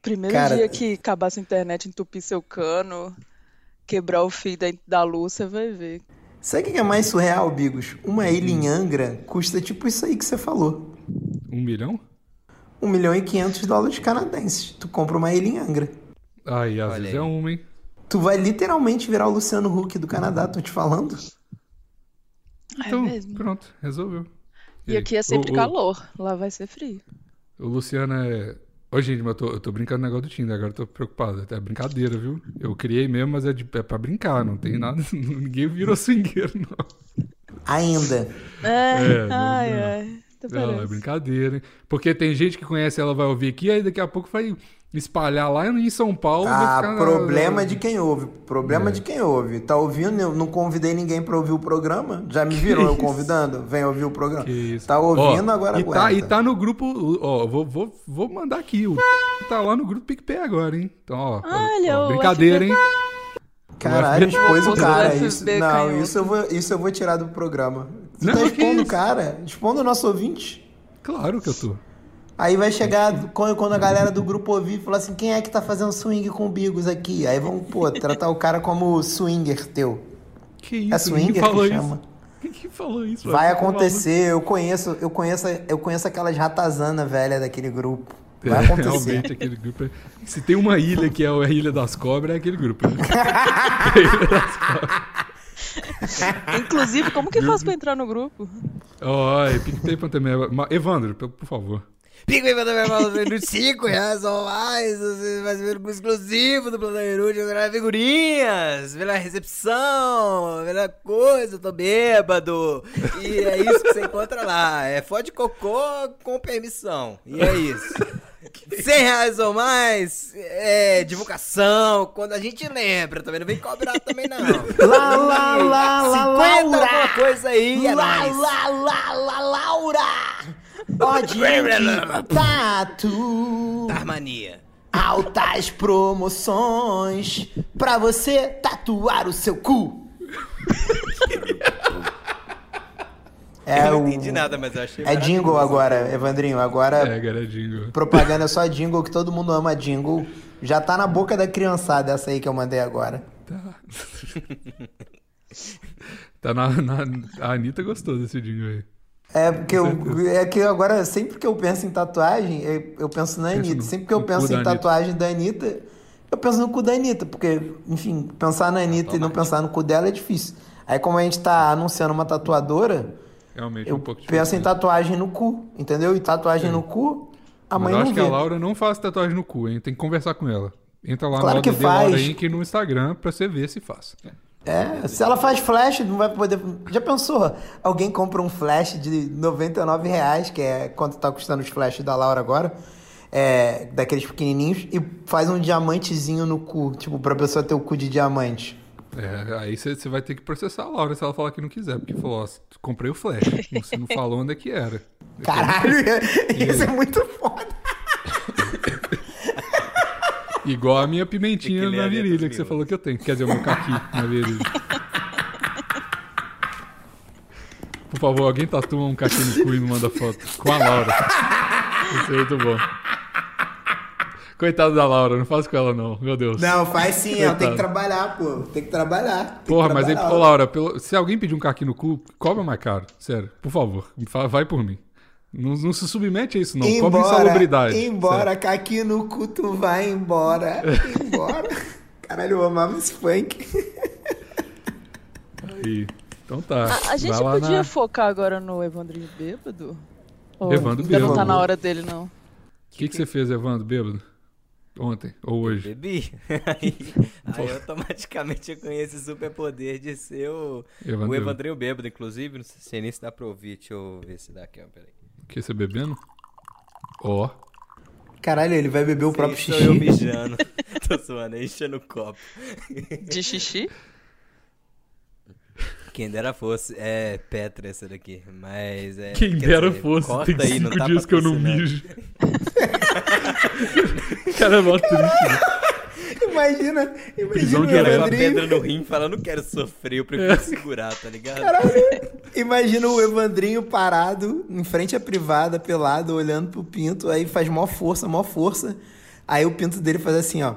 Primeiro Cara, dia que acabar sua internet, entupir seu cano, quebrar o fio da, da luz, você vai ver. Sabe o que é mais surreal, Bigos? Hum. Uma ilha em Angra custa tipo isso aí que você falou. Um milhão? 1 milhão e 500 dólares canadenses. Tu compra uma ilha em Angra. Aí, às Olha vezes aí. é uma, hein? Tu vai literalmente virar o Luciano Huck do Canadá, tô te falando. Então, é mesmo. pronto, resolveu. E aí? aqui é sempre O- o- calor, lá vai ser frio. O Luciano é. Ô, gente, mas eu tô, eu tô brincando no negócio do Tinder, agora eu tô preocupado. É brincadeira, viu? Eu criei mesmo, mas é, de, é pra brincar, não tem nada. Ninguém virou swingueiro, não. Ainda. É, não- ai, não. ai. Até Não, é parece. brincadeira, hein? Porque tem gente que conhece, ela vai ouvir aqui, aí daqui a pouco vai espalhar lá em São Paulo. vai Ah, ficar na- problema de quem ouve. É. Problema de quem ouve. Tá ouvindo? Eu não convidei ninguém pra ouvir o programa. Já me viram eu isso? convidando? Vem ouvir o programa. Que isso. Tá ouvindo, agora e tá, e aguenta. tá no grupo. Ó, vou, vou, vou mandar aqui. O tá lá no grupo PicPay agora, hein? Então, ó. Olha, ó, o brincadeira, hein? Caralho, expôs o Posto cara. do Isso, FB não, canhoto. isso eu, vou, isso eu vou tirar do programa. Tu Não, tá que expondo o isso? cara? Expondo o nosso ouvinte? Claro que eu tô. Aí vai chegar quando quando a galera do grupo ouvir e falar assim: quem é que tá fazendo swing com o Bigos aqui? Aí vamos, pô, tratar o cara como swinger teu. Que isso? É ninguém swinger falou que isso. chama. Quem falou isso? Vai velho? Tá maluco? acontecer, eu conheço, eu conheço, eu conheço aquelas ratazana velha daquele grupo. É, Vai acontecer. Realmente, aquele grupo. é- Se tem uma ilha que é a Ilha das Cobras, é aquele grupo. Né? A Ilha das Cobras. Inclusive, como que faz pra entrar no grupo? Ó, oh, PicPay também. Ma- Evandro, por por favor. Pique meu também falando 5 reais ou mais, você vai ver um exclusivo do Plantão Inútil, melhor figurinhas, melhor recepção, melhor coisa, eu tô bêbado. E é isso que você encontra lá, é fode cocô com permissão, e é isso. 100 reais ou mais, é divulgação, quando a gente lembra também, não vem cobrar também não. Lá, lá, lá, lá, 50 Laura! alguma coisa aí, é Lá, nóis. lá, Ah, lá, lá, Laura! Ó, gente, tatu! Tarmania. Altas promoções pra você tatuar o seu cu! É eu o... não entendi nada, mas eu achei É jingle maravilhoso. agora, Evandrinho. Agora É, garadinho. Propaganda é só jingle, que todo mundo ama jingle. Já tá na boca da criançada essa aí que eu mandei agora. Tá. tá na, na- A Anitta gostou desse dinho aí. É porque eu, é que agora, sempre que eu penso em tatuagem, eu, eu penso na Anitta. no- sempre que eu no cu penso da em Anitta. tatuagem da Anitta, eu penso no cu da Anitta, porque, enfim, pensar na Anitta e não pensar no cu dela é difícil. Aí, como a gente tá anunciando uma tatuadora, Realmente, eu um pouco penso em difícil. tatuagem no cu, entendeu? E tatuagem no cu, a Mas mãe eu não acho que é vê. a Laura não faz tatuagem no cu, hein? Tem que conversar com ela. Entra lá Claro no que ADD Laura faz. Inc. no Instagram pra você ver se faz. É, se ela faz flash, não vai poder. Já pensou? Alguém compra um flash de R$ 99 reais, que é quanto tá custando os flashes da Laura agora, é, daqueles pequenininhos, e faz um diamantezinho no cu, tipo, pra pessoa ter o cu de diamante. É, aí você vai ter que processar a Laura se ela falar que não quiser, porque falou, ó, comprei o flash, você não falou onde é que era. Tá Caralho, isso é muito foda. Igual a minha Tem pimentinha que ler na a letra virilha dos que você miúdos. falou que eu tenho. Quer dizer, o meu caqui na virilha. Por favor, alguém tatua um caqui no cu e me manda foto. Com a Laura. Isso é muito bom. Coitado da Laura, não faz com ela não, meu Deus. Não, faz sim, ela tem Coitado. que trabalhar, pô. Tem que trabalhar. tem que Porra, mas aí, trabalhar. ô Laura, pelo- se alguém pedir um caqui no cu, cobra mais caro. Sério, por favor, fa- vai por mim. Não, não se submete a isso não, cobra insalubridade. Embora, caqui no cu, tu vai embora. Embora. Caralho, eu amava esse funk. sério. E- então tá. A, a gente vai lá podia na... focar agora no Evandrinho bêbado? Ou Evandro ainda não tá bêbado. na hora dele, não. O que, que você fez, Evandro, bêbado? Ontem ou hoje? Bebi. aí, aí automaticamente eu conheço o superpoder de ser o, Evandro. o Evandrinho Bêbado, inclusive. Não sei, se nem se dá pra ouvir. Deixa eu ver se dá aqui, ó. Peraí. O que você bebendo? Ó. Caralho, ele vai beber o próprio Sim, Sou eu xixi. mijando. Tô zoando, aí enchendo o copo. De xixi? Quem dera fosse. É Petra essa daqui. Mas é. Quem quer dera dizer, fosse, corta tem aí, não cinco tá dias que eu não patrocinando. mijo. Cara, é mó triste. Imagina, imagina Prisão o de Quero uma Evandrinho. pedra no rim e fala, não quero sofrer, eu prefiro É. segurar, tá ligado? Caralho, imagina o Evandrinho parado em frente à privada, pelado, olhando pro pinto, aí faz mó força, mó força. Aí o pinto dele faz assim, ó.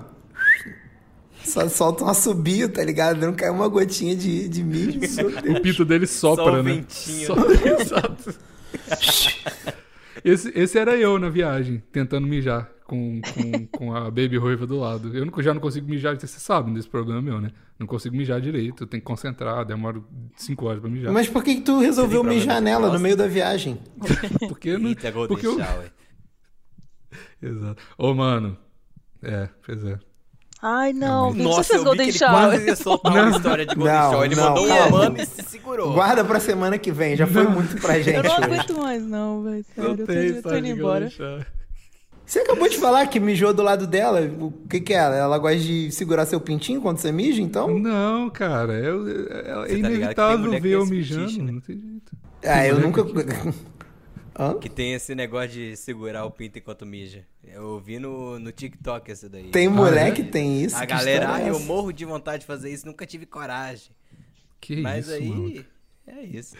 Só solta um assobio, tá ligado? Não cai uma gotinha de, de mijo. meu Deus. O pinto dele sopra, Só o né? ventinho. Exato. Esse, esse era eu na viagem, tentando mijar com, com, com a baby ruiva do lado. Eu não- já não consigo mijar, vocês sabem desse problema meu, né? Não consigo mijar direito, eu tenho que concentrar, demoro 5 horas pra mijar. Mas por que, que tu resolveu problema mijar de nela no próstata? meio da viagem? Porque, eu não, Eita, Golden porque eu, Shower. Exato. Ô, mano. É, pois é. Ai, não. Não Nossa, precisa eu vi que Golden ele Shower. quase ia soltar uma história de Golden Não, Shower. Ele não, mandou calma. um mame e se segurou. Guarda pra semana que vem, já foi muito pra Eu gente não hoje. aguento mais, não, velho. Sério, eu tô, eu tô indo embora. Você acabou de falar que mijou do lado dela. O que que é? Ela gosta de segurar seu pintinho quando você mija, então? Não, cara. É, é- é Você tá ligado que tem inevitável mulher que ver eu tem esse mijando. fetiche, né? Não tem jeito. Ah, eu Tem nunca. mulher Hã? Que tem esse negócio de segurar o pinto enquanto mija. Eu vi no, no TikTok essa daí. Ah, Tem mulher que é? tem isso? A Que galera, história "Ai, é eu essa?" morro de vontade de fazer isso, nunca tive coragem. Que Mas isso, aí, mano. é isso.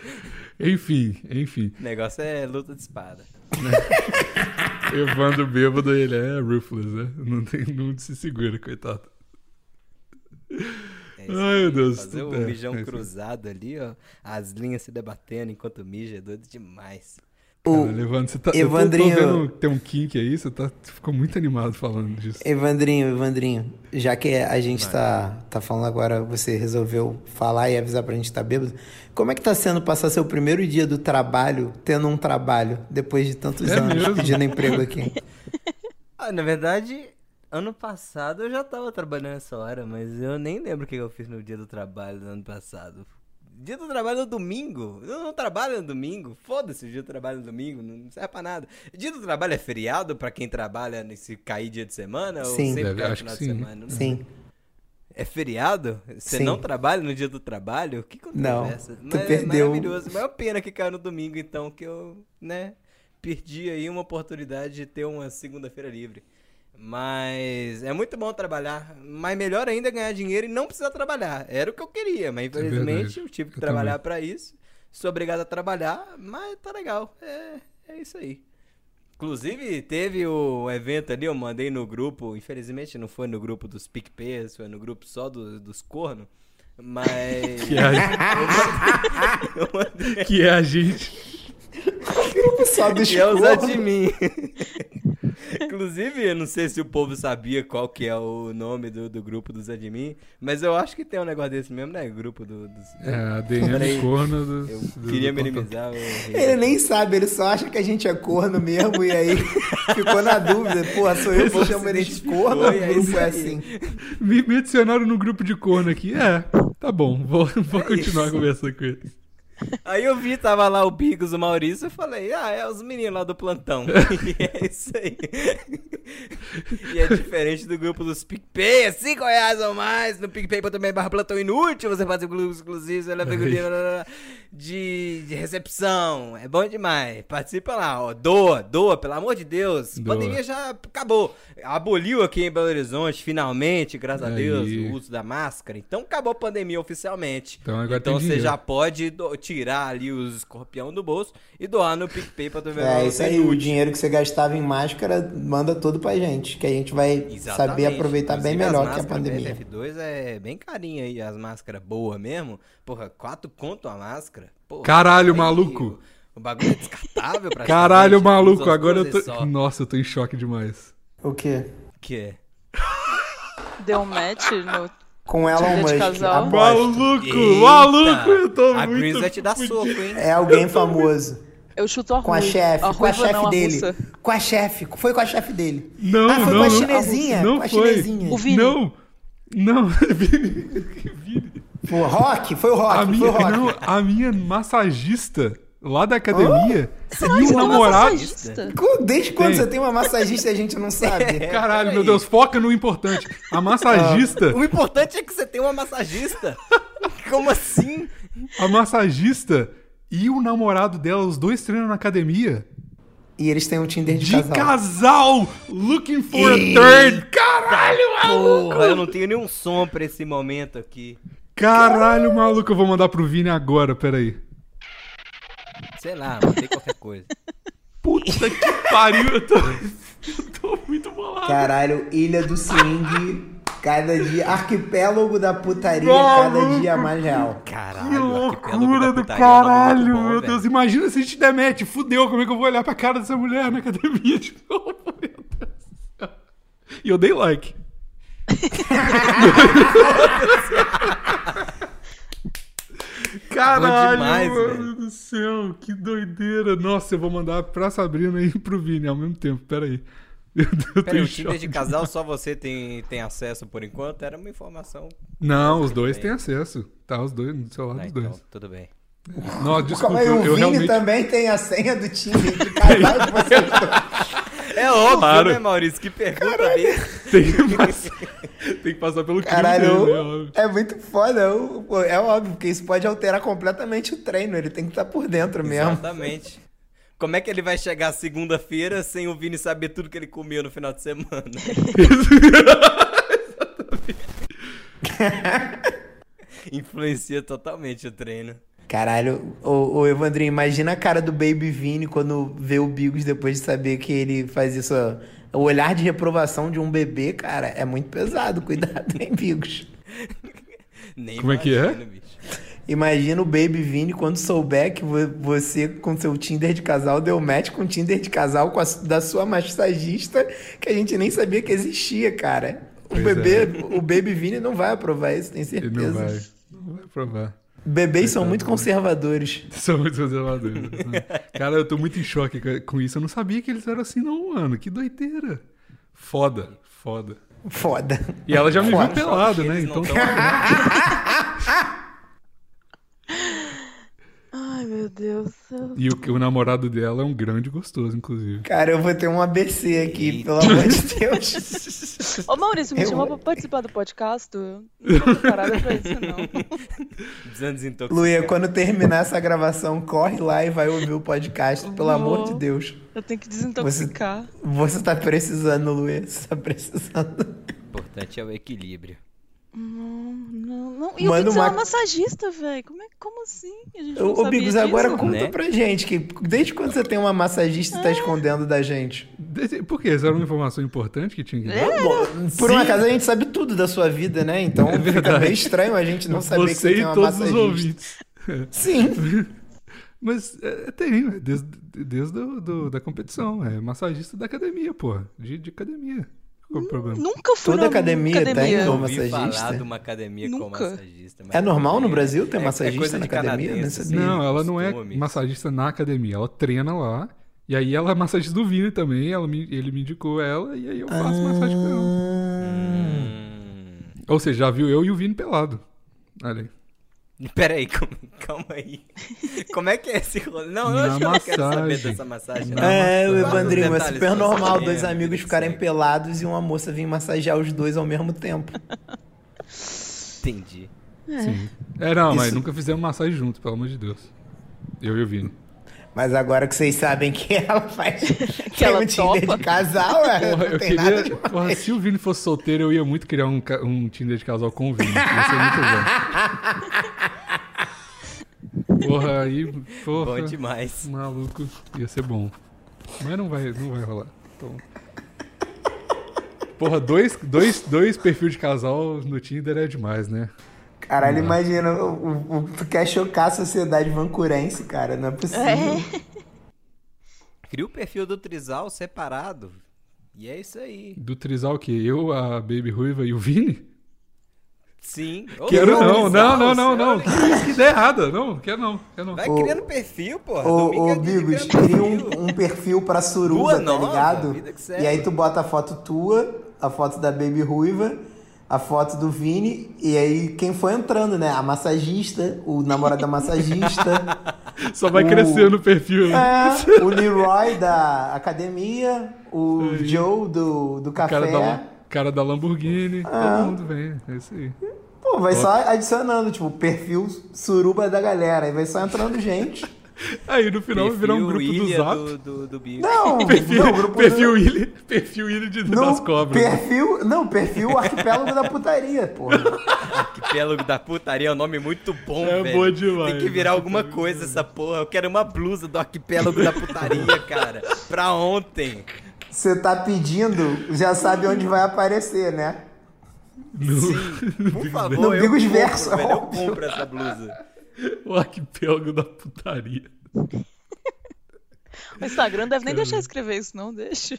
Enfim, enfim. O negócio é luta de espada. Evandro bêbado, ele é ruthless, né? Não, tem, não se segura, coitado. É isso. Ai, meu Deus. Fazer o tudo é, é mijão isso. cruzado ali, ó. As linhas se debatendo enquanto mija é doido demais. Caralho, Evandro, você tá, eu tô- Evandrinho- tô, vendo que tem um kink aí, você, tá, você ficou muito animado falando disso. É. Evandrinho, Evandrinho, já que a gente tá, tá falando agora, você resolveu falar e avisar pra gente que tá bêbado, como é que tá sendo passar seu primeiro dia do trabalho, tendo um trabalho, depois de tantos É anos mesmo? pedindo emprego aqui? Ah, na verdade, ano passado eu já tava trabalhando essa hora, mas eu nem lembro o que eu fiz no dia do trabalho do ano passado. Dia do trabalho é no domingo. Eu não trabalho no domingo. Foda-se o dia do trabalho no domingo. Não serve pra nada. Dia do trabalho é feriado pra quem trabalha nesse cair dia de semana? ou Sim. sempre Deve- cai no É, acho final que de sim. semana? Não sei. Sim. É feriado? Você Sim. não trabalha no dia do trabalho? Que Não, controvérsia. tu Mas perdeu. um- É maravilhoso. Mas é uma pena que caiu no domingo, então, que eu, né, perdi aí uma oportunidade de ter uma segunda-feira livre. Mas é muito bom trabalhar. Mas melhor ainda é ganhar dinheiro e não precisar trabalhar. Era o que eu queria, É mas verdade. infelizmente eu tive que Eu trabalhar pra isso. Sou obrigado a trabalhar, mas tá legal. É, é isso aí. Inclusive, teve o evento ali, eu mandei no grupo, infelizmente não foi no grupo dos PicPays, foi no grupo só do- dos corno, mas... Que é, a, eu mandei que é a gente. Só dos e é os cornos. admin. Inclusive, eu não sei se o povo sabia qual que é o nome do, do grupo dos admin, mas eu acho que tem um negócio desse mesmo, né? Grupo do, dos... É, a DM Peraí, corno dos. Eu do- queria do portal. minimizar o... Ele nem sabe, ele só acha que a gente é corno mesmo e aí ficou na dúvida. Porra, sou eu que chamo eles de corno, e é o grupo isso é aí. assim. Me, me adicionaram no grupo de corno aqui. É, tá bom, vou, É vou continuar conversando com ele. Aí eu vi, tava lá o Bigos, o Maurício, eu falei, ah, é os meninos lá do plantão. e é isso aí. e é diferente do grupo dos PicPay, é 5 reais ou mais, no PicPay.br barra plantão inútil, você faz grupos exclusivos, olha a figurinha, blá, blá, blá, de, de recepção, é bom demais. Participa lá, ó, doa, doa, pelo amor de Deus. Doa. Pandemia já acabou. Aboliu aqui em Belo Horizonte, finalmente, graças a Aí. Deus, o uso da máscara. Então acabou a pandemia oficialmente. Então agora então tem você dinheiro. já pode do- tirar ali os escorpião do bolso e doar no PicPay pra tu ver É isso aí, o dinheiro que você gastava em máscara, manda tudo pra gente, que a gente vai saber aproveitar bem melhor que a pandemia. BF2 é bem carinha aí, as máscaras boas mesmo. Porra, quatro conto a máscara. Porra, Caralho, aí, maluco. O bagulho é descartável pra Caralho, maluco, agora eu tô. Nossa, eu tô em choque demais. O quê? Que é? Deu um match no. Com Elon Dia de Musk, casal. aposto. Eita, A Gris vai te dar soco, hein? É alguém famoso. Eu chuto a Com a chefe, com a não, chefe a dele. russa. Com a chefe, foi com a chefe dele. Não, ah, foi não, com não. a chinesinha, Não com a foi. chinesinha. O Vini. Não, não, Vini. Pô, Rock, foi o A Rock, foi minha, o Rock. não, a minha massagista lá da academia e o é Você é tem uma namorado. massagista? Co- Desde quando Tem. É. você tem uma massagista e a gente não sabe? É, Caralho, meu Deus, foca no importante. A Ah, massagista, O importante é que você tem uma massagista. Como assim? a massagista e o namorado dela, os dois treinam na academia. E eles têm um Tinder de, De casal, looking for Ih. a third. Caralho, maluco. Porra, eu não tenho nenhum som pra esse momento aqui. Caralho, maluco, eu vou mandar pro Vini agora, peraí. Sei lá, mandei qualquer coisa. Puta que pariu, eu tô, eu tô muito bolado. Caralho, Ilha do Swing, cada dia. Arquipélago da putaria, cada Maluco. dia mais real. Caralho, Que arquipélago loucura da do putaria é um nome muito caralho, bom, meu velho. Deus. Imagina se a gente der match. Fudeu, como é que eu vou olhar pra cara dessa mulher na academia de novo, meu Deus do céu. E eu dei like. Caralho, demais, mano velho. do céu, que doideira. Nossa, eu vou mandar pra Sabrina e pro Vini ao mesmo tempo, peraí. Eu, eu tô Peraí, em o Tinder de choque. casal só você tem, tem acesso por enquanto? Era uma informação. Não, os dois Tem. têm acesso. Tá, os dois, no celular Ah, dos então, dois. tudo bem. Não, desculpa, Calma aí, o eu, eu Vini tá realmente... também tem a senha do Tinder de casal de vocês dois. É óbvio, Claro. né, Maurício? Que pergunta é mesmo. Tem que passar, tem que passar pelo crime dele, né, Caralho, óbvio. é muito foda. o- pô, É óbvio, porque isso pode alterar completamente o treino. Ele tem que estar por dentro mesmo. Exatamente. Como é que ele vai chegar segunda-feira sem o Vini saber tudo que ele comeu no final de semana? Influencia totalmente o treino. Caralho, ô, ô Evandrinho, imagina a cara do Baby Vini quando vê o Bigos depois de saber que ele faz isso. ó. O olhar de reprovação de um bebê, cara, é muito pesado. Cuidado, hein, Bigos. Nem Como é que é? imagino, bicho. Imagina o Baby Vini quando souber que vo- você, com seu Tinder de casal, deu match com o Tinder de casal com a su- da sua massagista, que a gente nem sabia que existia, cara. O Pois é. bebê, o Baby Vini não vai aprovar isso, tenho Ele certeza. não vai, não vai provar. Bebês são muito conservadores. São muito conservadores. né? Cara, eu tô muito em choque co- com isso. Eu não sabia que eles eram assim, não, mano. Que doideira. Foda, foda. Foda. E ela já me Foda. viu pelado, né? Eles não Então. tão- Ai, meu Deus do céu. E o, o namorado dela é um grande gostoso, inclusive. Cara, eu vou ter um ABC aqui, pelo amor de Deus. Ô, Maurício, me Eu- chamou pra participar do podcast? Eu Não tô preparada pra isso, não. Desintoxicado. Luia, quando terminar essa gravação, corre lá e vai ouvir o podcast, pelo amor de Vou. Deus. Eu tenho que desintoxicar. Você tá precisando, Luia, você tá precisando. O importante é o equilíbrio. Não, não, não. E Manda o Bigos é uma- uma massagista, velho. Como, é, como assim? A gente não Ô, sabia Bigos, disso. Ah. agora conta Né? pra gente, que desde quando você tem uma massagista e tá escondendo da gente? De- Por quê? Isso era uma informação importante que tinha que dar? É, Por um acaso, a gente sabe tudo da sua vida, né? Então fica É verdade. bem estranho a gente não saber Você que você tem e uma todos os massagista. ouvintes. Sim. Mas é, é terrível, desde, desde do, do- da competição. É massagista da academia, porra. De, de academia. Qual é o problema? Nunca fui Toda na academia tá, então? tem, academia. não? Eu ouvi massagista? falar de uma academia com Nunca. massagista. mas É normal no academia- Brasil ter é- é massagista coisa na de academia? canadense, Nem assim, sabia. Não, ela não é costume. massagista na academia, ela treina lá. E aí ela é massagista do Vini também, ela me- ele me indicou ela e aí eu faço massagem com ela. Ah, Hum. Ou seja, já viu eu e o Vini pelado. Olha aí. Pera aí, calma, calma aí. Como é que é esse rolê? Na Não, eu acho que eu não quero saber massagem. dessa massagem. Na não. É, o Guarda os Evandrinho, é detalhes super pra normal você, dois né, amigos que ficarem segue. pelados e uma moça vir massagear os dois ao mesmo tempo. Entendi. Sim. É, não, mas Isso- nunca fizemos massagem junto, pelo amor de Deus. Eu e o Vini. Mas agora que vocês sabem que ela faz tem ela um Tinder topa. de casal, é, Porra, não eu tem queria. nada de Porra, se o Vini fosse solteiro, eu ia muito criar um, ca- um Tinder de casal com o Vini. Ia ser muito bom. Porra, aí. Porra, Bom demais. maluco. Ia ser bom. Mas não vai, não vai rolar. Então... Porra, dois, dois, dois perfis de casal no Tinder é demais, né? Caralho, imagina, o, o- o- tu quer chocar a sociedade vancurense, cara, não é possível. Cria o perfil do Trizal separado. E é isso aí. Do Trisal o quê? Eu, a Baby Ruiva e o Vini? Sim. Ô, Quero não, Trizal, não, não, não, não. sério? Que isso que dá errada. Não, quero não, quero não. Vai Ô, criando perfil, porra. Ô, Domingo é ô dia de Bigos, criar cria perfil. um, um perfil pra Lua suruba, tá nova, ligado? vida que segue. E aí tu bota a foto tua, a foto da Baby Ruiva, a foto do Vini, e aí quem foi entrando, né? A massagista, o namorado da massagista, Só vai O- crescendo o perfil. né? é, o Leroy da academia, o Joe do, do O cara, café. Ah. da, Lam- cara da Lamborghini, todo mundo vem, é isso aí. Pô, vai só adicionando, tipo, perfil suruba da galera, aí vai só entrando gente. Aí no final Perfil virar um grupo do Ilha Zap. Do, do, do Bigos. Não, Perfil, não, grupo perfil, ilha, perfil ilha de, Não, das cobras. Perfil, não, perfil arquipélago da putaria, porra. Arquipélago da putaria é um nome muito bom, É velho. bom demais, né? Tem que virar alguma coisa essa porra. Eu quero uma blusa do Arquipélago da putaria, cara. Pra ontem. Você tá pedindo, já sabe onde vai aparecer, né? Sim, por favor. No eu Bigos compro, Verso, velho, Eu óbvio. compro essa blusa. O arquipélago da putaria. O Instagram deve nem deixar escrever isso, não deixa.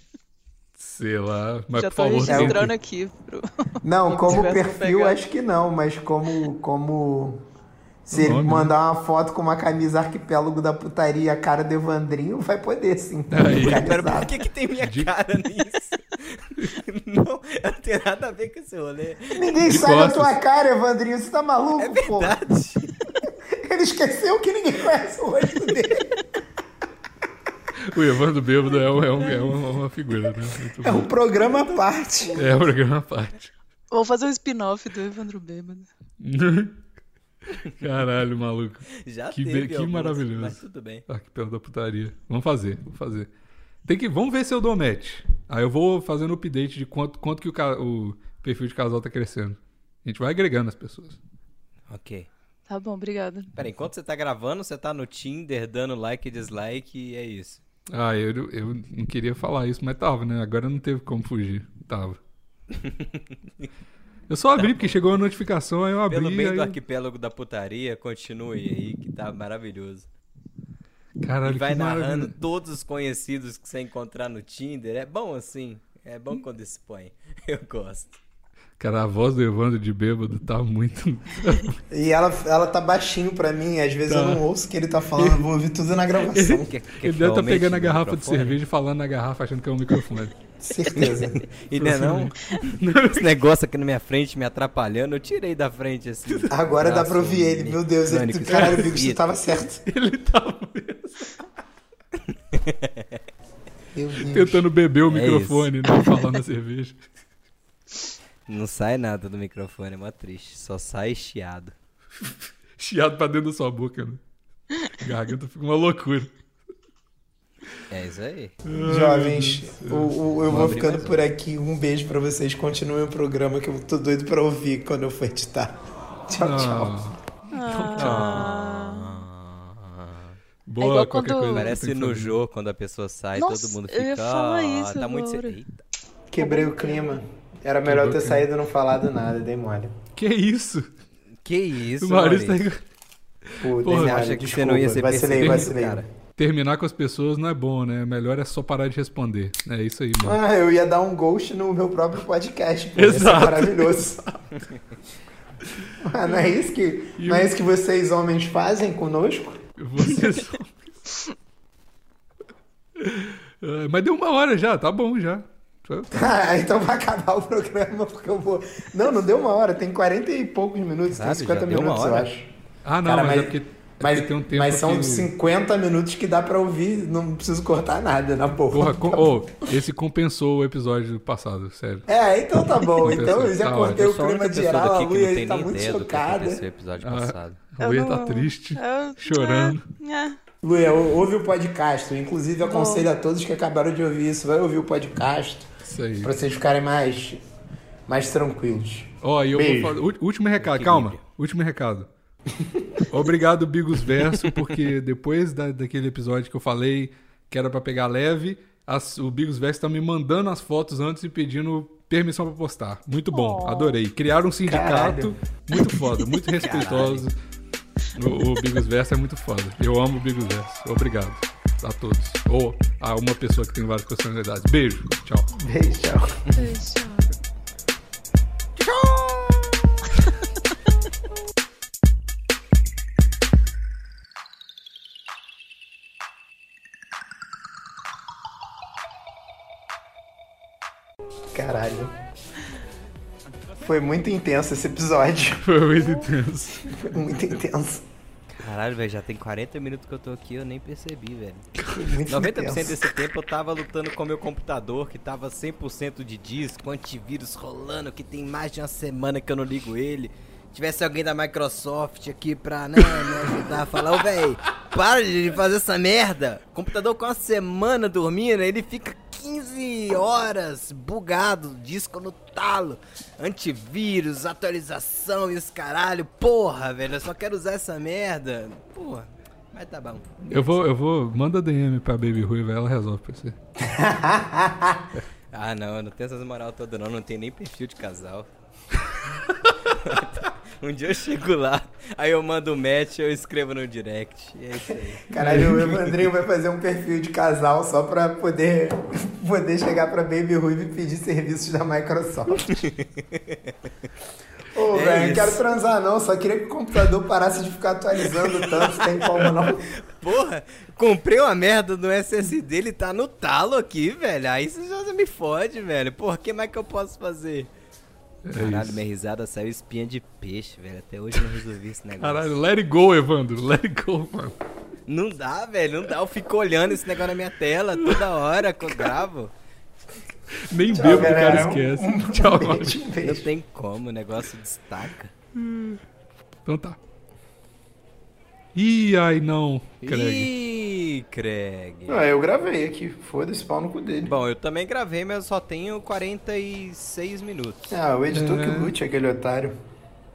Sei lá, mas Já tá por tô É favor, registrando tenta. aqui. Pro... Não, Se como tivesse perfil, pegado. acho que não, mas como. como O se ele nome, né? mandar uma foto com uma camisa arquipélago da putaria e a cara do Evandrinho, vai poder sim. tá Aí. Pera, por localizado. que, que tem minha De- cara nisso? Não, eu não tenho nada a ver com esse rolê. Ninguém de sabe a tua costas. cara, Evandrinho. Você tá maluco, pô? Verdade. Ele esqueceu que ninguém conhece o rosto dele. O Evandro Bêbado é, um- é um- é uma, uma figura, né? Muito É um bom. programa à parte. É um programa à parte. Vou fazer um spin-off do Evandro Bêbado. Caralho, maluco. Já Que teve be- que alguns, maravilhoso. Mas tudo bem. Arquipélago Ah, da putaria. Vamos fazer, vamos fazer. Tem que, vamos ver se eu dou match. Aí eu vou fazendo update de quanto, quanto que o, ca- o perfil de casal tá crescendo. A gente vai agregando as pessoas. Ok. Tá bom, obrigada. Pera, enquanto você tá gravando, você tá no Tinder dando like e dislike e é isso. Ah, eu, eu não queria falar isso, mas tava, né? Agora não teve como fugir. Tava. Eu só abri porque chegou a notificação, aí eu abri. Pelo bem do aí... arquipélago da putaria, continue aí, que tá maravilhoso. Caralho, e vai que narrando maravilha. todos os conhecidos que você encontrar no Tinder. É bom assim. É bom quando expõe. Eu gosto. Cara, a voz do Evandro de bêbado tá muito. E ela, ela tá baixinho pra mim, às vezes Tá. eu não ouço o que ele tá falando, eu vou ouvir tudo na gravação. Quer- quer Ele deve estar que eu pegando aumente a o garrafa de microfone? cerveja e falando na garrafa achando que é um microfone. Certeza. E não é não? assim, Esse negócio aqui na minha frente me atrapalhando, eu tirei da frente assim. Agora dá pra ouvir ele, meu Deus. Ele, Crônicos. caralho, Bigos, tu tava certo. Ele tá tava Meu Deus. tentando beber o É microfone, não falando a cerveja. Não sai nada do microfone, é mó triste. Só sai chiado. Chiado pra dentro da sua boca, né? Garganta fica uma loucura. É isso aí. Jovens, o- o- eu vou abrir ficando mais por aqui. Um beijo pra vocês. Continuem o programa que eu tô doido pra ouvir quando eu for editar. Tchau, tchau. Ah, Ah. Ah. É boa, igual qualquer quando- coisa. que Parece Ah. tem que no fazer. jogo quando a pessoa sai, Nossa, todo mundo eu fica. ia falar "Ah, isso tá muito agora." Eita. Quebrei o clima. Era melhor eu ter saído e não falado nada, dei mole. Que isso? Que isso, o Maurício tá... é Maurício? igual- Pô, Porra, Denaro, Acha que você desculpa, não ia ser vacilei, percebido, vacilei. cara? Terminar com as pessoas não é bom, né? Melhor é só parar de responder. É isso aí, mano. Ah, eu ia dar um ghost no meu próprio podcast. Pô. Isso é Exato. maravilhoso. Ah, não é isso que, E não é o- isso que vocês homens fazem conosco? Vocês. Ah, Mas deu uma hora já, tá bom já. Ah, então vai acabar o programa porque eu vou. Não, não deu uma hora, tem 40 e poucos minutos, Exato, tem 50 já deu uma minutos, eu hora. acho. Ah, não, Cara, mas, é mas- porque, é Mas, porque tem um tempo mas são que... 50 minutos que dá pra ouvir, não preciso cortar nada, na boa. Porra, com... oh, esse compensou o episódio passado, sério. É, então tá bom. Não, Então eu pessoal, já tá cortei o sou a única clima pessoa geral, a daqui que não Luia tem tá nem muito ideia do que aconteceu no chocada. episódio Ah. passado. A Eu Luia não- tá triste, Eu- chorando. É, é. Luia, ou- ouve o podcast. Eu, Inclusive, aconselho a todos que acabaram de ouvir isso, vai ouvir o podcast Isso aí. pra vocês ficarem mais, mais tranquilos. Ó, e eu vou Beijo. falar. ú- Último recado, calma. Último recado. Obrigado, Bigos Verso, porque depois da- daquele episódio que eu falei que era pra pegar leve, as- o Bigos Verso tá me mandando as fotos antes e pedindo permissão pra postar. Muito bom, adorei. Criaram um sindicato, Caralho. muito foda, muito respeitoso. O, o Bigos Verso é muito foda. Eu amo o Bigos Verso. Obrigado a todos. Ou a uma pessoa que tem várias personalidades. Beijo, tchau. Beijo, tchau. Isso. Caralho. Foi muito intenso esse episódio. Foi muito intenso. Foi muito intenso. Caralho, velho, já tem 40 minutos que eu tô aqui eu nem percebi, velho. Foi muito 90% intenso. desse tempo eu tava lutando com meu computador, que tava 100% de disco, antivírus rolando, que tem mais de uma semana que eu não ligo ele. Tivesse alguém da Microsoft aqui pra, né, me ajudar a falar, ô véi, para de fazer essa merda. Computador com uma semana dormindo, ele fica 15 horas bugado, disco no talo, antivírus, atualização e os caralho. Porra, velho, eu só quero usar essa merda. Porra, mas tá bom. Eu vou, eu vou, manda DM pra Baby Ruiva, ela resolve pra você. Ah, não, eu não tenho essas moral toda não, não tenho nem perfil de casal. um dia eu chego lá, aí eu mando o match, eu escrevo no direct. E é isso aí. Caralho, o Evandrinho vai fazer um perfil de casal só pra poder, poder chegar pra Baby Ruiva e pedir serviços da Microsoft. Ô, É velho, isso. não quero transar não, só queria que o computador parasse de ficar atualizando tanto, tem como não. Porra, comprei uma merda no SSD, ele tá no talo aqui, velho. Aí você já me fode, velho. Porra, o que mais que eu posso fazer? É Caralho, isso. minha risada saiu espinha de peixe, velho. Até hoje eu não resolvi esse negócio. Caralho, let it go, Evandro, let it go, mano. Não dá, velho, não dá. Eu fico olhando esse negócio na minha tela toda hora que eu gravo. Nem bebo que o cara galera. esquece. Um- um Tchau, beijo, mano. um Não beijo. tem como, o negócio destaca. Então tá. Ih, ai não, Craig. é. Ih, Craig. Ah, eu gravei aqui, foda-se, pau no cu dele. Bom, eu também gravei, mas eu só tenho 46 minutos. Ah, o editor É. que lute, aquele otário.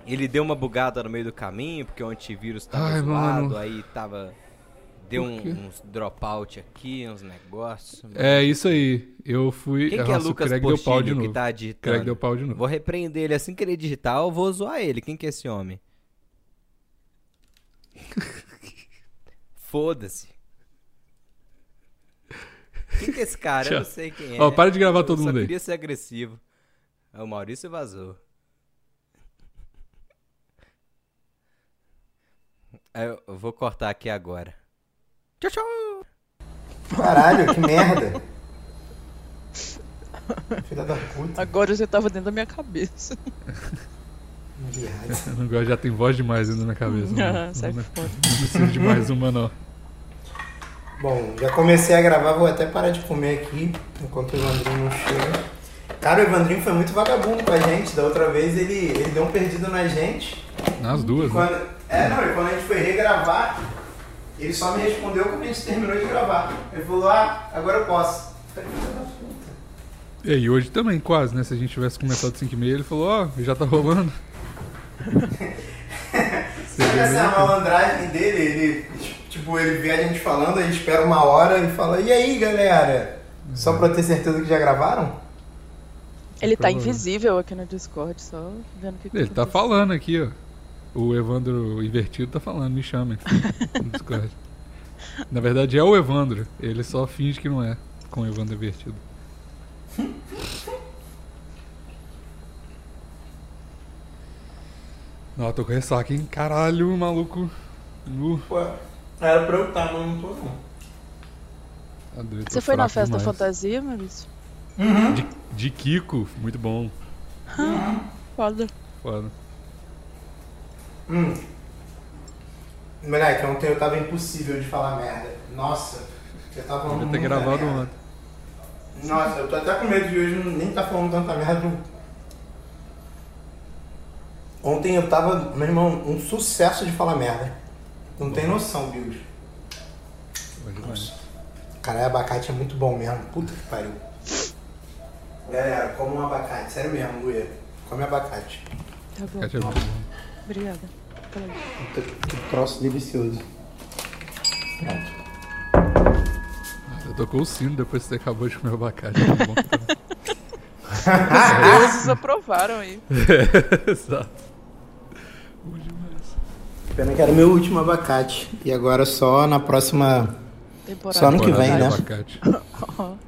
Ele deu uma bugada no meio do caminho, porque o antivírus tava Ai, zoado, mano. aí tava. Deu Por quê? um, uns dropout aqui, uns negócios. É isso aí, eu fui... Quem que é Nossa, o Lucas Craig deu pau de Postilho que novo. tá digitando? Craig deu pau de novo. Vou repreender ele assim que ele digitar, eu vou zoar ele. Quem que é esse homem? Foda-se. Quem que é esse cara? Eu não Tchau. sei quem é. Ó, para de gravar todo eu mundo só aí. queria ser agressivo. Ah, O Maurício vazou. Ah, Eu eu vou cortar aqui agora. Tchau, tchau! Caralho, que merda. Filha da puta, Agora você tava dentro da minha cabeça. viado. Eu não gosto, já tem voz demais ainda na cabeça. Ah, Não, sai não, não fora. preciso de mais uma, não. Bom, já comecei a gravar, vou até parar de comer aqui, enquanto o Evandrinho não chega. Cara, o Evandrinho foi muito vagabundo com a gente, da outra vez ele, ele deu um perdido na gente. Nas duas, né? Quando, é, não, e quando a gente foi regravar, ele só me respondeu quando a gente terminou de gravar. Ele falou, ah, agora eu posso. Falei, "Filha da puta." E aí, hoje também, quase, né? Se a gente tivesse começado 5 e meia, ele falou, ó, já tá rolando. Sabe essa malandragem dele, ele, tipo, ele vê a gente falando, aí espera uma hora e fala, e aí galera? Só pra eu ter certeza que já gravaram? Ele Provavelmente. tá tá invisível aqui no Discord, só vendo o que que Ele tá aconteceu. falando aqui, ó. O Evandro Invertido tá falando, me chamem. no Discord. Na verdade é o Evandro, ele só finge que não é com o Evandro Invertido. Não, eu tô com ressaca, hein? Caralho, maluco. Uh, Ué, era pra eu estar, mas não tô não. tá doido, tô Você foi na fraco festa demais. fantasia, Maurício? Uhum. De, de Kiko, muito bom. Foda. Foda. Hum. Moleque, ontem eu tava impossível de falar merda. Nossa, eu tava falando Devia ter muita gravado merda. ontem. Nossa, eu tô até com medo de hoje nem tá falando tanta merda. Ontem eu tava, meu irmão, um sucesso de falar merda. Não tem noção, Bills. Hoje é. vai. Caralho, abacate é muito bom mesmo. Puta que pariu. Galera, come um abacate. Sério mesmo, Luia. Come abacate. Tá bom. Abacate é muito bom. Obrigada. Fala aí. Puta que troço delicioso. Pronto. Eu tocou o sino depois que você acabou de comer o abacate. tá bom? Deuses aprovaram aí. Exato. Bom demais. Pena Era o meu último abacate. E agora só na próxima. Temporada. Só ano Tá que tá Temporada tá vem, de né? Abacate. Ó,